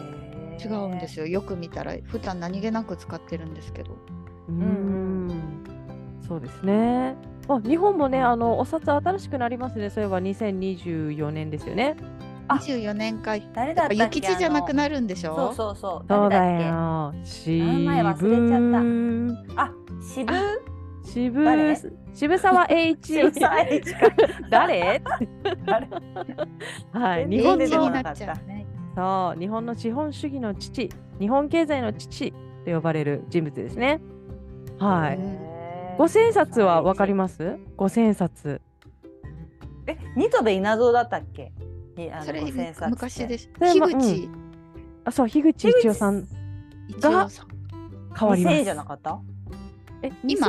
Speaker 3: 違
Speaker 2: ー
Speaker 3: うんですよ。よく見たら普段何気なく使ってるんですけど。
Speaker 1: うんそうですね。あ、日本もね、あのお札新しくなりますね。そういえば2024年ですよね。
Speaker 2: あ
Speaker 3: 24年間
Speaker 2: 誰だ
Speaker 3: や
Speaker 2: っ
Speaker 3: ったぱ
Speaker 2: っ
Speaker 3: 諭
Speaker 2: け
Speaker 3: 吉じゃなくなるるんでし
Speaker 2: あの
Speaker 3: ょ
Speaker 2: そうそうそう
Speaker 1: そう
Speaker 2: 誰
Speaker 1: だよ。
Speaker 2: っ
Speaker 1: し
Speaker 2: 前忘れ
Speaker 1: ぶ
Speaker 2: けあ渋
Speaker 3: あ
Speaker 1: 渋
Speaker 2: 誰
Speaker 1: 渋沢栄一。
Speaker 2: 渋沢栄一か
Speaker 1: 誰？
Speaker 2: 誰
Speaker 1: はい、
Speaker 2: 全
Speaker 1: 日
Speaker 2: 然
Speaker 1: 本
Speaker 2: 出
Speaker 3: 英二
Speaker 2: てこ
Speaker 1: の
Speaker 3: に
Speaker 2: い
Speaker 3: なっちゃうね。
Speaker 1: そう日本の資本主義の父、日本経済の父と呼ばれる人物ですね。は
Speaker 3: へ
Speaker 1: い。
Speaker 3: ー
Speaker 1: 五千冊はわかり
Speaker 2: ま
Speaker 1: ます？五千冊。
Speaker 2: すえニトベ稲造だったっけにあの
Speaker 3: それ
Speaker 2: 五千冊って
Speaker 3: 昔です。
Speaker 1: それも
Speaker 3: 樋口
Speaker 1: あ、そう樋口一葉さん
Speaker 3: 一
Speaker 1: が
Speaker 3: 郎さん。
Speaker 1: 変わりま
Speaker 2: 2000
Speaker 1: す。
Speaker 2: 円じゃなかった
Speaker 1: え2000
Speaker 3: 今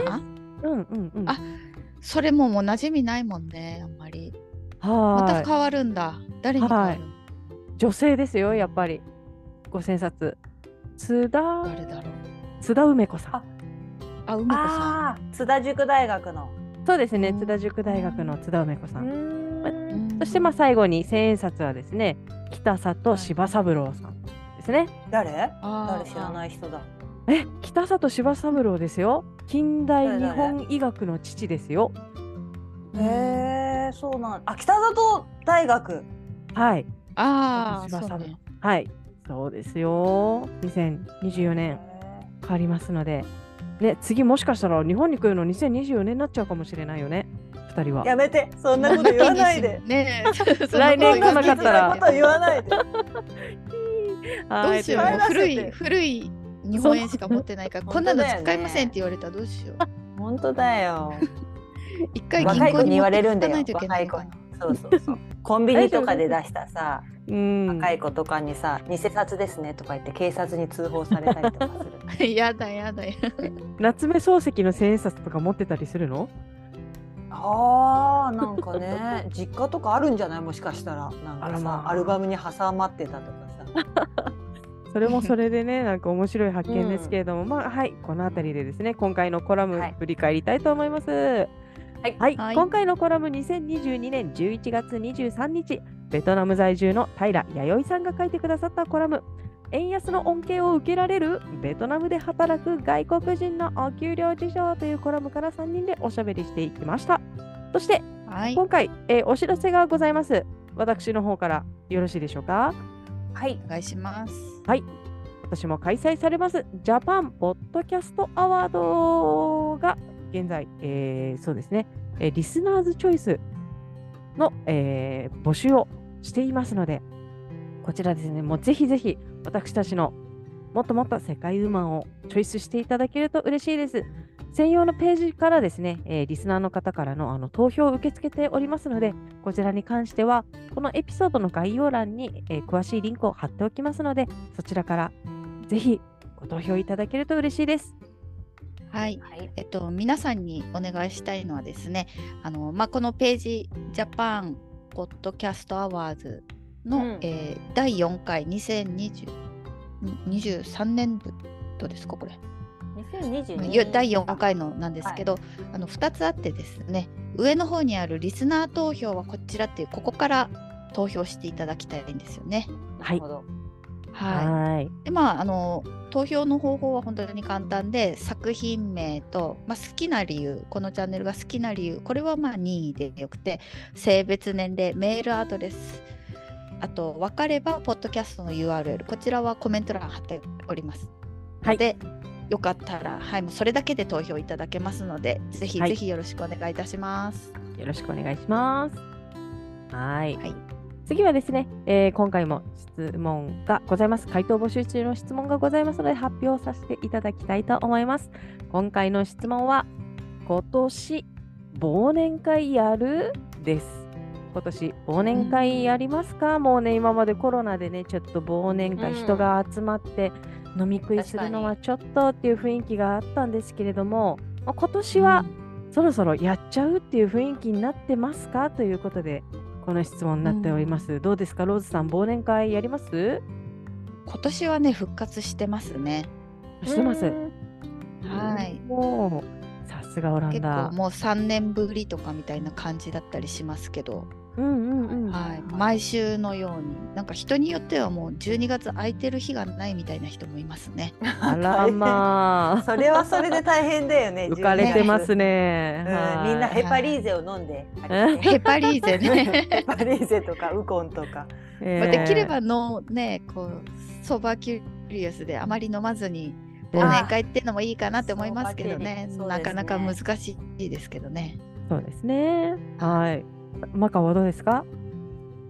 Speaker 1: うんうんうん。
Speaker 3: あそれももう馴染みないもんね、あんまり。ま
Speaker 1: は
Speaker 3: た
Speaker 1: い。
Speaker 3: 変わるんだ。誰に変わるの
Speaker 1: 女性ですよやっぱり。五千冊。津田
Speaker 3: 誰だろう。
Speaker 1: 津田梅子さん。
Speaker 3: あ、梅子さ
Speaker 2: ああー津田塾大学の
Speaker 1: そうですね、
Speaker 3: うん
Speaker 1: 津田塾大学の津田梅子さん。
Speaker 3: んうん。
Speaker 1: そしてまあ最後に千円札はですね、北里柴三郎さんですね。
Speaker 2: 誰
Speaker 3: あ
Speaker 2: 誰知ら
Speaker 3: い。
Speaker 2: ない人だ
Speaker 1: え、北里柴三郎ですよ。近代日本医学の父ですよ。
Speaker 2: へえそうなんあ北里大学
Speaker 1: はい、
Speaker 3: ああ、
Speaker 1: 柴
Speaker 3: そう
Speaker 1: 三郎
Speaker 3: ね。
Speaker 1: はい、そうですよ。2024
Speaker 2: へ
Speaker 1: 年
Speaker 2: ー
Speaker 1: 変わりますので、ね、次もしかしたら日本に来るの2024年になっちゃうかもしれないよね、二人は。
Speaker 2: やめてそんなこと言わな いで。
Speaker 3: ねえ
Speaker 1: 来年来なかったら
Speaker 2: そんなこと言わないで
Speaker 3: ど
Speaker 1: は
Speaker 3: う
Speaker 1: い
Speaker 3: しよ
Speaker 2: 帰
Speaker 3: う。
Speaker 2: ら
Speaker 3: もう
Speaker 2: せて
Speaker 3: 古い古い日本円しか持ってないから、
Speaker 2: そう
Speaker 3: こんなの
Speaker 2: 本当だよね
Speaker 3: 使いませんって言われたらどうしよう。
Speaker 2: 本当だよ
Speaker 3: 一回銀
Speaker 2: 若い子
Speaker 3: 行
Speaker 2: に
Speaker 3: に
Speaker 2: 言
Speaker 3: 持
Speaker 2: わ
Speaker 3: って
Speaker 2: れ
Speaker 3: い
Speaker 2: る
Speaker 3: か
Speaker 2: んだよ
Speaker 3: ないといけないのかな。
Speaker 2: そうそうそうコンビニとかで出したさ
Speaker 1: うん、
Speaker 2: 若い子とかにさ「偽札ですね」とか言って警察に通報されたりとかす る
Speaker 3: やだやだやだ。
Speaker 1: 夏目漱石の千円札とか持ってたりするの
Speaker 2: あーなんか ね実家とかあるんじゃないもしかしたらなん
Speaker 1: あ
Speaker 2: からさ、
Speaker 1: まあ
Speaker 2: アルバムに挟まってたとかさ
Speaker 1: それもそれでね、なんか面白い発見ですけれども、まあはい、このあたりでですね、今回のコラム
Speaker 2: はい
Speaker 1: 振り返りたいと思います。はい、
Speaker 3: はい
Speaker 1: 今回のコラム2022年11月23日、ベトナム在住の平弥生さんが書いてくださったコラム。円安の恩恵を受けられるベトナムで働く外国人のお給料事情というコラムから3人でおしゃべりしていきました。そして
Speaker 3: はい。
Speaker 1: 今回、えーお知らせがございます。私の方からよろしいでしょうか。
Speaker 2: はい
Speaker 3: お願いします。
Speaker 1: 今年も開催されますジャパンポッドキャストアワードが現在、えーそうですね、えーリスナーズチョイスの、えー募集をしていますので、こちらですね、もうぜひぜひ私たちのもっともっと世界ウーマンをチョイスしていただけると嬉しいです。専用のページからですね、えーリスナーの方からのあの投票を受け付けておりますので、こちらに関しては、このエピソードの概要欄に、えー詳しいリンクを貼っておきますので、そちらからぜひご投票いただけると嬉しいです。
Speaker 3: はい。
Speaker 2: はい
Speaker 3: えっと、皆さんにお願いしたいのはですね、あのまあ、このページ、ジャパンポッドキャストアワーズの、
Speaker 2: うん
Speaker 3: えー第4回2023年度どうですか、これ。
Speaker 2: 2022
Speaker 3: ゆ第4回のなんですけど、あの2つあってですね、上の方にあるリスナー投票はこちらっていう、ここから投票していただきたいんですよね。
Speaker 2: なるほど
Speaker 3: はい
Speaker 1: ーい。
Speaker 3: でまああの投票の方法は本当に簡単で作品名と、まあ、好きな理由このチャンネルが好きな理由これはまあ任意でよくて性別年齢メールアドレスあと分かればポッドキャストの URL こちらはコメント欄貼っております。
Speaker 1: はい
Speaker 3: でよかったら、はい、もうそれだけで投票いただけますのでぜひ
Speaker 1: はい
Speaker 3: ぜひよろしくお願いいたします。
Speaker 1: よろしくお願いします。はい
Speaker 3: はい
Speaker 1: 次はですね、えー今回も質問がございます。回答募集中の質問がございますので発表させていただきたいと思います。今回の質問は、今年忘年会やるです。今年忘年会やりますか、もうね、今までコロナでね、ちょっと忘年会、
Speaker 2: うん
Speaker 1: 人が集まって飲み食いするのはちょっとっていう雰囲気があったんですけれども、まあ今年はそろそろやっちゃうっていう雰囲気になってますかということでこの質問になっております、どうですかローズさん忘年会やります
Speaker 3: 今年はね復活してますね。
Speaker 1: してま
Speaker 2: う
Speaker 1: す
Speaker 2: ん
Speaker 3: はい
Speaker 1: もうさすがオラン
Speaker 3: 結構
Speaker 1: ダ
Speaker 3: もう3年ぶりとかみたいな感じだったりしますけど、
Speaker 1: うんうんうん。
Speaker 3: はい、毎週のようになんか人によってはもう12月空いてる日がないみたいな人もいますね。
Speaker 1: あらま
Speaker 2: それはそれで大変だよね
Speaker 1: あ、浮かれてます
Speaker 2: ね、
Speaker 1: ね
Speaker 2: う。
Speaker 1: は
Speaker 2: ん、
Speaker 1: い
Speaker 2: みんなヘパリーゼを飲んで、あ れね
Speaker 3: ヘパリーゼね
Speaker 2: ヘ パリーゼとかウコンとか
Speaker 3: まあできれば
Speaker 1: え
Speaker 3: のねこうソーバーキュリアスであまり飲まずに
Speaker 1: え
Speaker 3: 忘
Speaker 2: あ
Speaker 3: 年会っていうのもいいかなって思いますけどね
Speaker 2: ソーバー
Speaker 3: な
Speaker 2: キュ
Speaker 3: か
Speaker 2: リア
Speaker 3: な
Speaker 2: ス
Speaker 3: か
Speaker 2: そ
Speaker 3: 難
Speaker 2: うです
Speaker 3: しいですけどね。
Speaker 1: そうですね。はい。マカオはどうですか？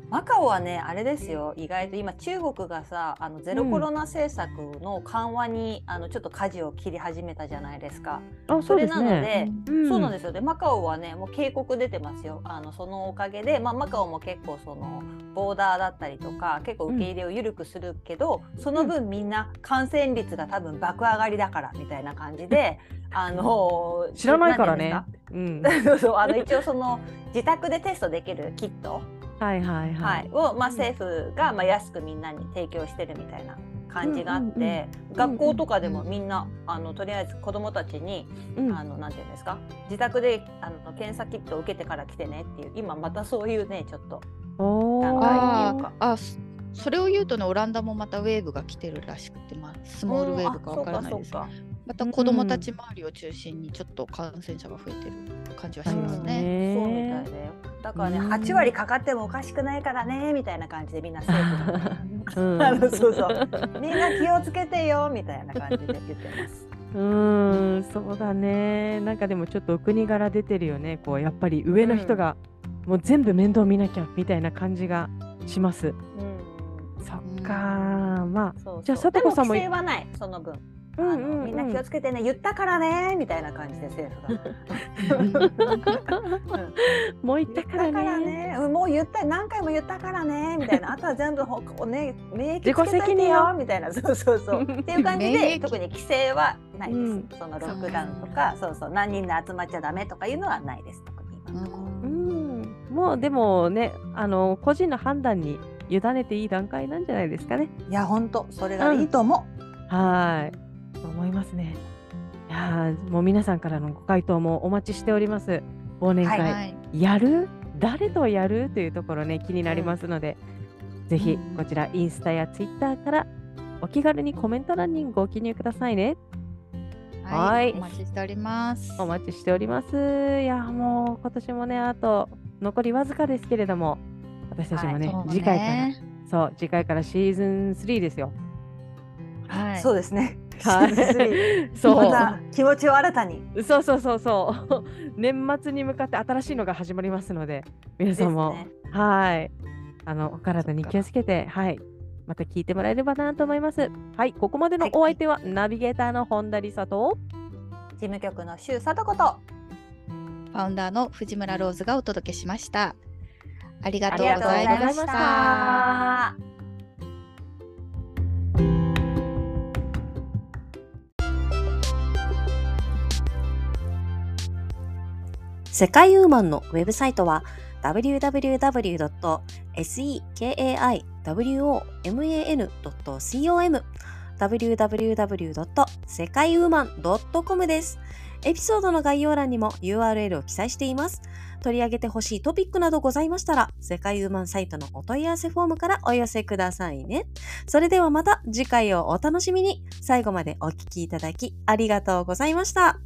Speaker 2: マカオはねあれですよ意外と今中国がさあのゼロコロナ政策の緩和に、あのちょっと舵を切り始めたじゃないですか。
Speaker 1: あ、
Speaker 2: そ
Speaker 1: そう
Speaker 2: れ
Speaker 1: です
Speaker 2: なので
Speaker 1: ね。うん
Speaker 2: そうなんですよでマカオはねもう警告出てますよあのそのおかげで、まあ、マカオも結構そのボーダーだったりとか結構受け入れを緩くするけど、その分みんな感染率が多分爆上がりだからみたいな感じで、あのー
Speaker 1: 知らないから
Speaker 2: な
Speaker 1: ね
Speaker 2: んて。
Speaker 1: うん。
Speaker 2: 言うんですか そうそうあの一応その自宅でテストできるキット、
Speaker 1: はいはいは
Speaker 2: はい
Speaker 1: い。
Speaker 2: を、まあ、
Speaker 1: うん
Speaker 2: 政府が、まあ、安くみんなに提供してるみたいな感じがあって、
Speaker 1: うんうんうん
Speaker 2: 学校とかでも
Speaker 3: うん
Speaker 2: みんな、あのとりあえず子供たちに
Speaker 1: うん
Speaker 2: あのなんていうんですか自宅であの検査キットを受けてから来てねっていう今またそういうねちょっと
Speaker 1: おー
Speaker 2: あ
Speaker 3: あ
Speaker 2: ー
Speaker 3: ーあそそれを言うとねオランダもまたウェーブが来てるらしくて、まあ、スモールウェーブかわからないです
Speaker 2: うんあ
Speaker 3: また子どもたち周りを中心にちょっと感染者が増えてる感じはしますね。
Speaker 2: そうか
Speaker 1: ね
Speaker 2: そうかそうみたい。だよだからね
Speaker 1: うん
Speaker 2: 8割かかってもおかしくないからねみたいな感じでみんな政府が
Speaker 1: うん
Speaker 2: あの そうそうみんな気をつけてよみたいな感じで言ってます。
Speaker 1: うーん、そうだね。なんかでもちょっとお国柄出てるよね。こうやっぱり上の人がもう全部面倒見なきゃみたいな感じがします。
Speaker 2: うん
Speaker 1: そっかー、ま
Speaker 2: そうそう
Speaker 1: じゃあさとこさんも
Speaker 2: で規制はないその分、
Speaker 1: あ、
Speaker 2: あのみんな気をつけてね言ったからねみたいな感じで政府 がうん
Speaker 1: もう行った
Speaker 2: 言っ
Speaker 1: か
Speaker 2: た
Speaker 1: ら
Speaker 2: か
Speaker 1: ね。
Speaker 2: らね、うんもう言った何回も言ったからねみたいな、あとは全部ほこね免疫つけとい
Speaker 1: 自己
Speaker 2: て
Speaker 1: 責任よ
Speaker 2: みたいな、そうそう そう。っていう感じ
Speaker 3: 免疫
Speaker 2: で特に規制はないです。
Speaker 1: うん
Speaker 2: そのロックダウンとか、そうそう何人で集まっちゃダメとかいうのはないです。特に今のところ。
Speaker 1: う
Speaker 3: うん
Speaker 1: ん、もうでもね、あの個人の判断に委ねていい段階なんじゃないですかね。
Speaker 2: いや本当それがいいと思う。
Speaker 1: はい、と思いますね。いやーもう皆さんからのご回答もお待ちしております。忘年会、
Speaker 2: はい
Speaker 3: はい
Speaker 1: やる誰とやるというところね気になりますので、ぜひ
Speaker 3: うん
Speaker 1: こちらインスタやツイッターからお気軽にコメント欄にご記入くださいね。は
Speaker 3: はいい、お待ちしております。
Speaker 1: お待ちしております。いやーもう今年もねあと残りわずかですけれども私たちもね,、
Speaker 3: そうね
Speaker 1: 次回からそう次回からシーズン3ですよ。
Speaker 3: はい、
Speaker 2: そうですね。
Speaker 1: は
Speaker 2: シーズン3
Speaker 1: い、 そ
Speaker 2: ま
Speaker 1: う
Speaker 2: た気持ちを新たに。
Speaker 1: そうそうそうそう 年末に向かって新しいのが始まりますので皆さんも、
Speaker 2: ですね
Speaker 1: はいあのお体に
Speaker 3: そっか
Speaker 1: 気をつけてはいまた聞いてもらえればなと思いますはいここまでのお相手は、ナビゲーターの本田理沙と
Speaker 2: 事務局の周佐とこと。
Speaker 3: ファウンダーの藤村ローズがお届けしました。ありが
Speaker 2: あ
Speaker 3: と
Speaker 2: り
Speaker 3: う
Speaker 2: が
Speaker 3: ご
Speaker 2: とうご
Speaker 3: ざ
Speaker 2: ざ
Speaker 3: い
Speaker 2: い
Speaker 3: ま
Speaker 2: ま
Speaker 3: し。
Speaker 2: したた。
Speaker 4: 世界ウーマンのウェブサイトは www.sekaiwoman.com www.sekaiwoman.com です。エピソードの概要欄にも URL を記載しています。取り上げてほしいトピックなどございましたら、世界ウーマンサイトのお問い合わせフォームからお寄せくださいね。それではまた次回をお楽しみに。最後までお聞きいただきありがとうございました。